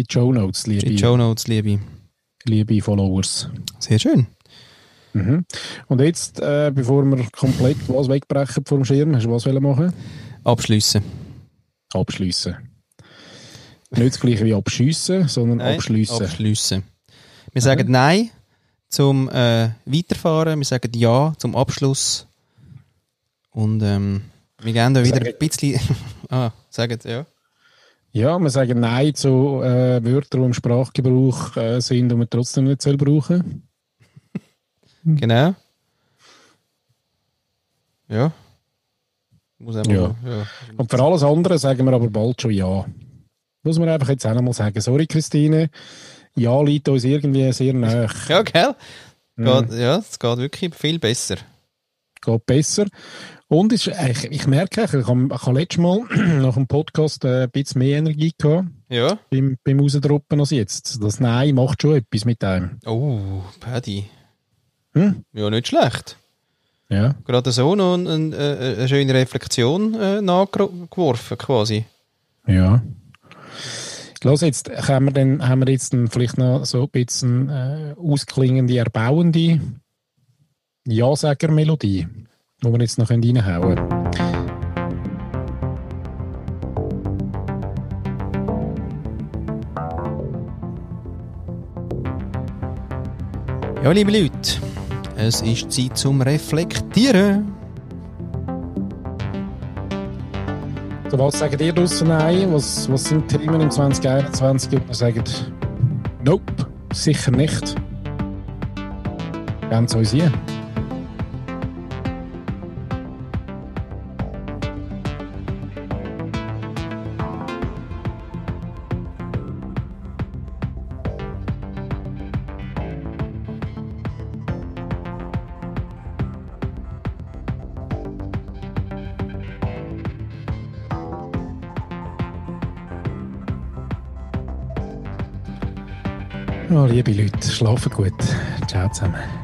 S2: die Show Notes, liebe,
S1: In die Show Notes, liebe.
S2: liebe Followers.
S1: Sehr schön.
S2: Mhm. Und jetzt, äh, bevor wir komplett was wegbrechen vom Schirm, hast du was wollen machen?
S1: Abschliessen.
S2: Abschliessen. Nicht das gleiche wie abschiessen, sondern
S1: Nein,
S2: abschliessen.
S1: abschliessen. Wir sagen Nein zum äh, Weiterfahren, wir sagen Ja zum Abschluss. Und ähm, wir gehen da wieder
S2: Sagen-
S1: ein bisschen. ah, sagen ja.
S2: ja, wir sagen Nein zu äh, Wörtern, die im Sprachgebrauch äh, sind und man trotzdem nicht soll brauchen
S1: Hm. Genau. Ja. Muss einfach
S2: Ja.
S1: ja.
S2: Und für alles andere sagen wir aber bald schon Ja. Muss man einfach jetzt auch nochmal sagen. Sorry, Christine. Ja liegt uns irgendwie sehr nahe.
S1: ja, gell?
S2: Mhm.
S1: Geht, ja, es geht wirklich viel besser.
S2: geht besser. Und ist, ich, ich merke, ich habe ich hab letztes Mal nach dem Podcast äh, ein bisschen mehr Energie gehabt
S1: Ja.
S2: beim, beim Rausdroppen als jetzt. Das Nein macht schon etwas mit einem.
S1: Oh, Paddy.
S2: Hm?
S1: Ja, nicht schlecht.
S2: Ja.
S1: Gerade so noch ein, ein, äh, eine schöne Reflexion äh, nachgeworfen, quasi.
S2: ja. Los, jetzt haben wir, dann, haben wir jetzt dann vielleicht noch so ein bisschen äh, ausklingende, erbauende Ja-Sager-Melodie, die wir jetzt noch reinhauen können.
S1: Ja, liebe Leute, es ist Zeit zum Reflektieren.
S2: So, was sagt ihr draussen nein? Was, was sind die Themen im 2021, wo ihr sagt, nope, sicher nicht? Ganz uns hier. Oh, liebe Leute, schlafen gut. Ciao zusammen.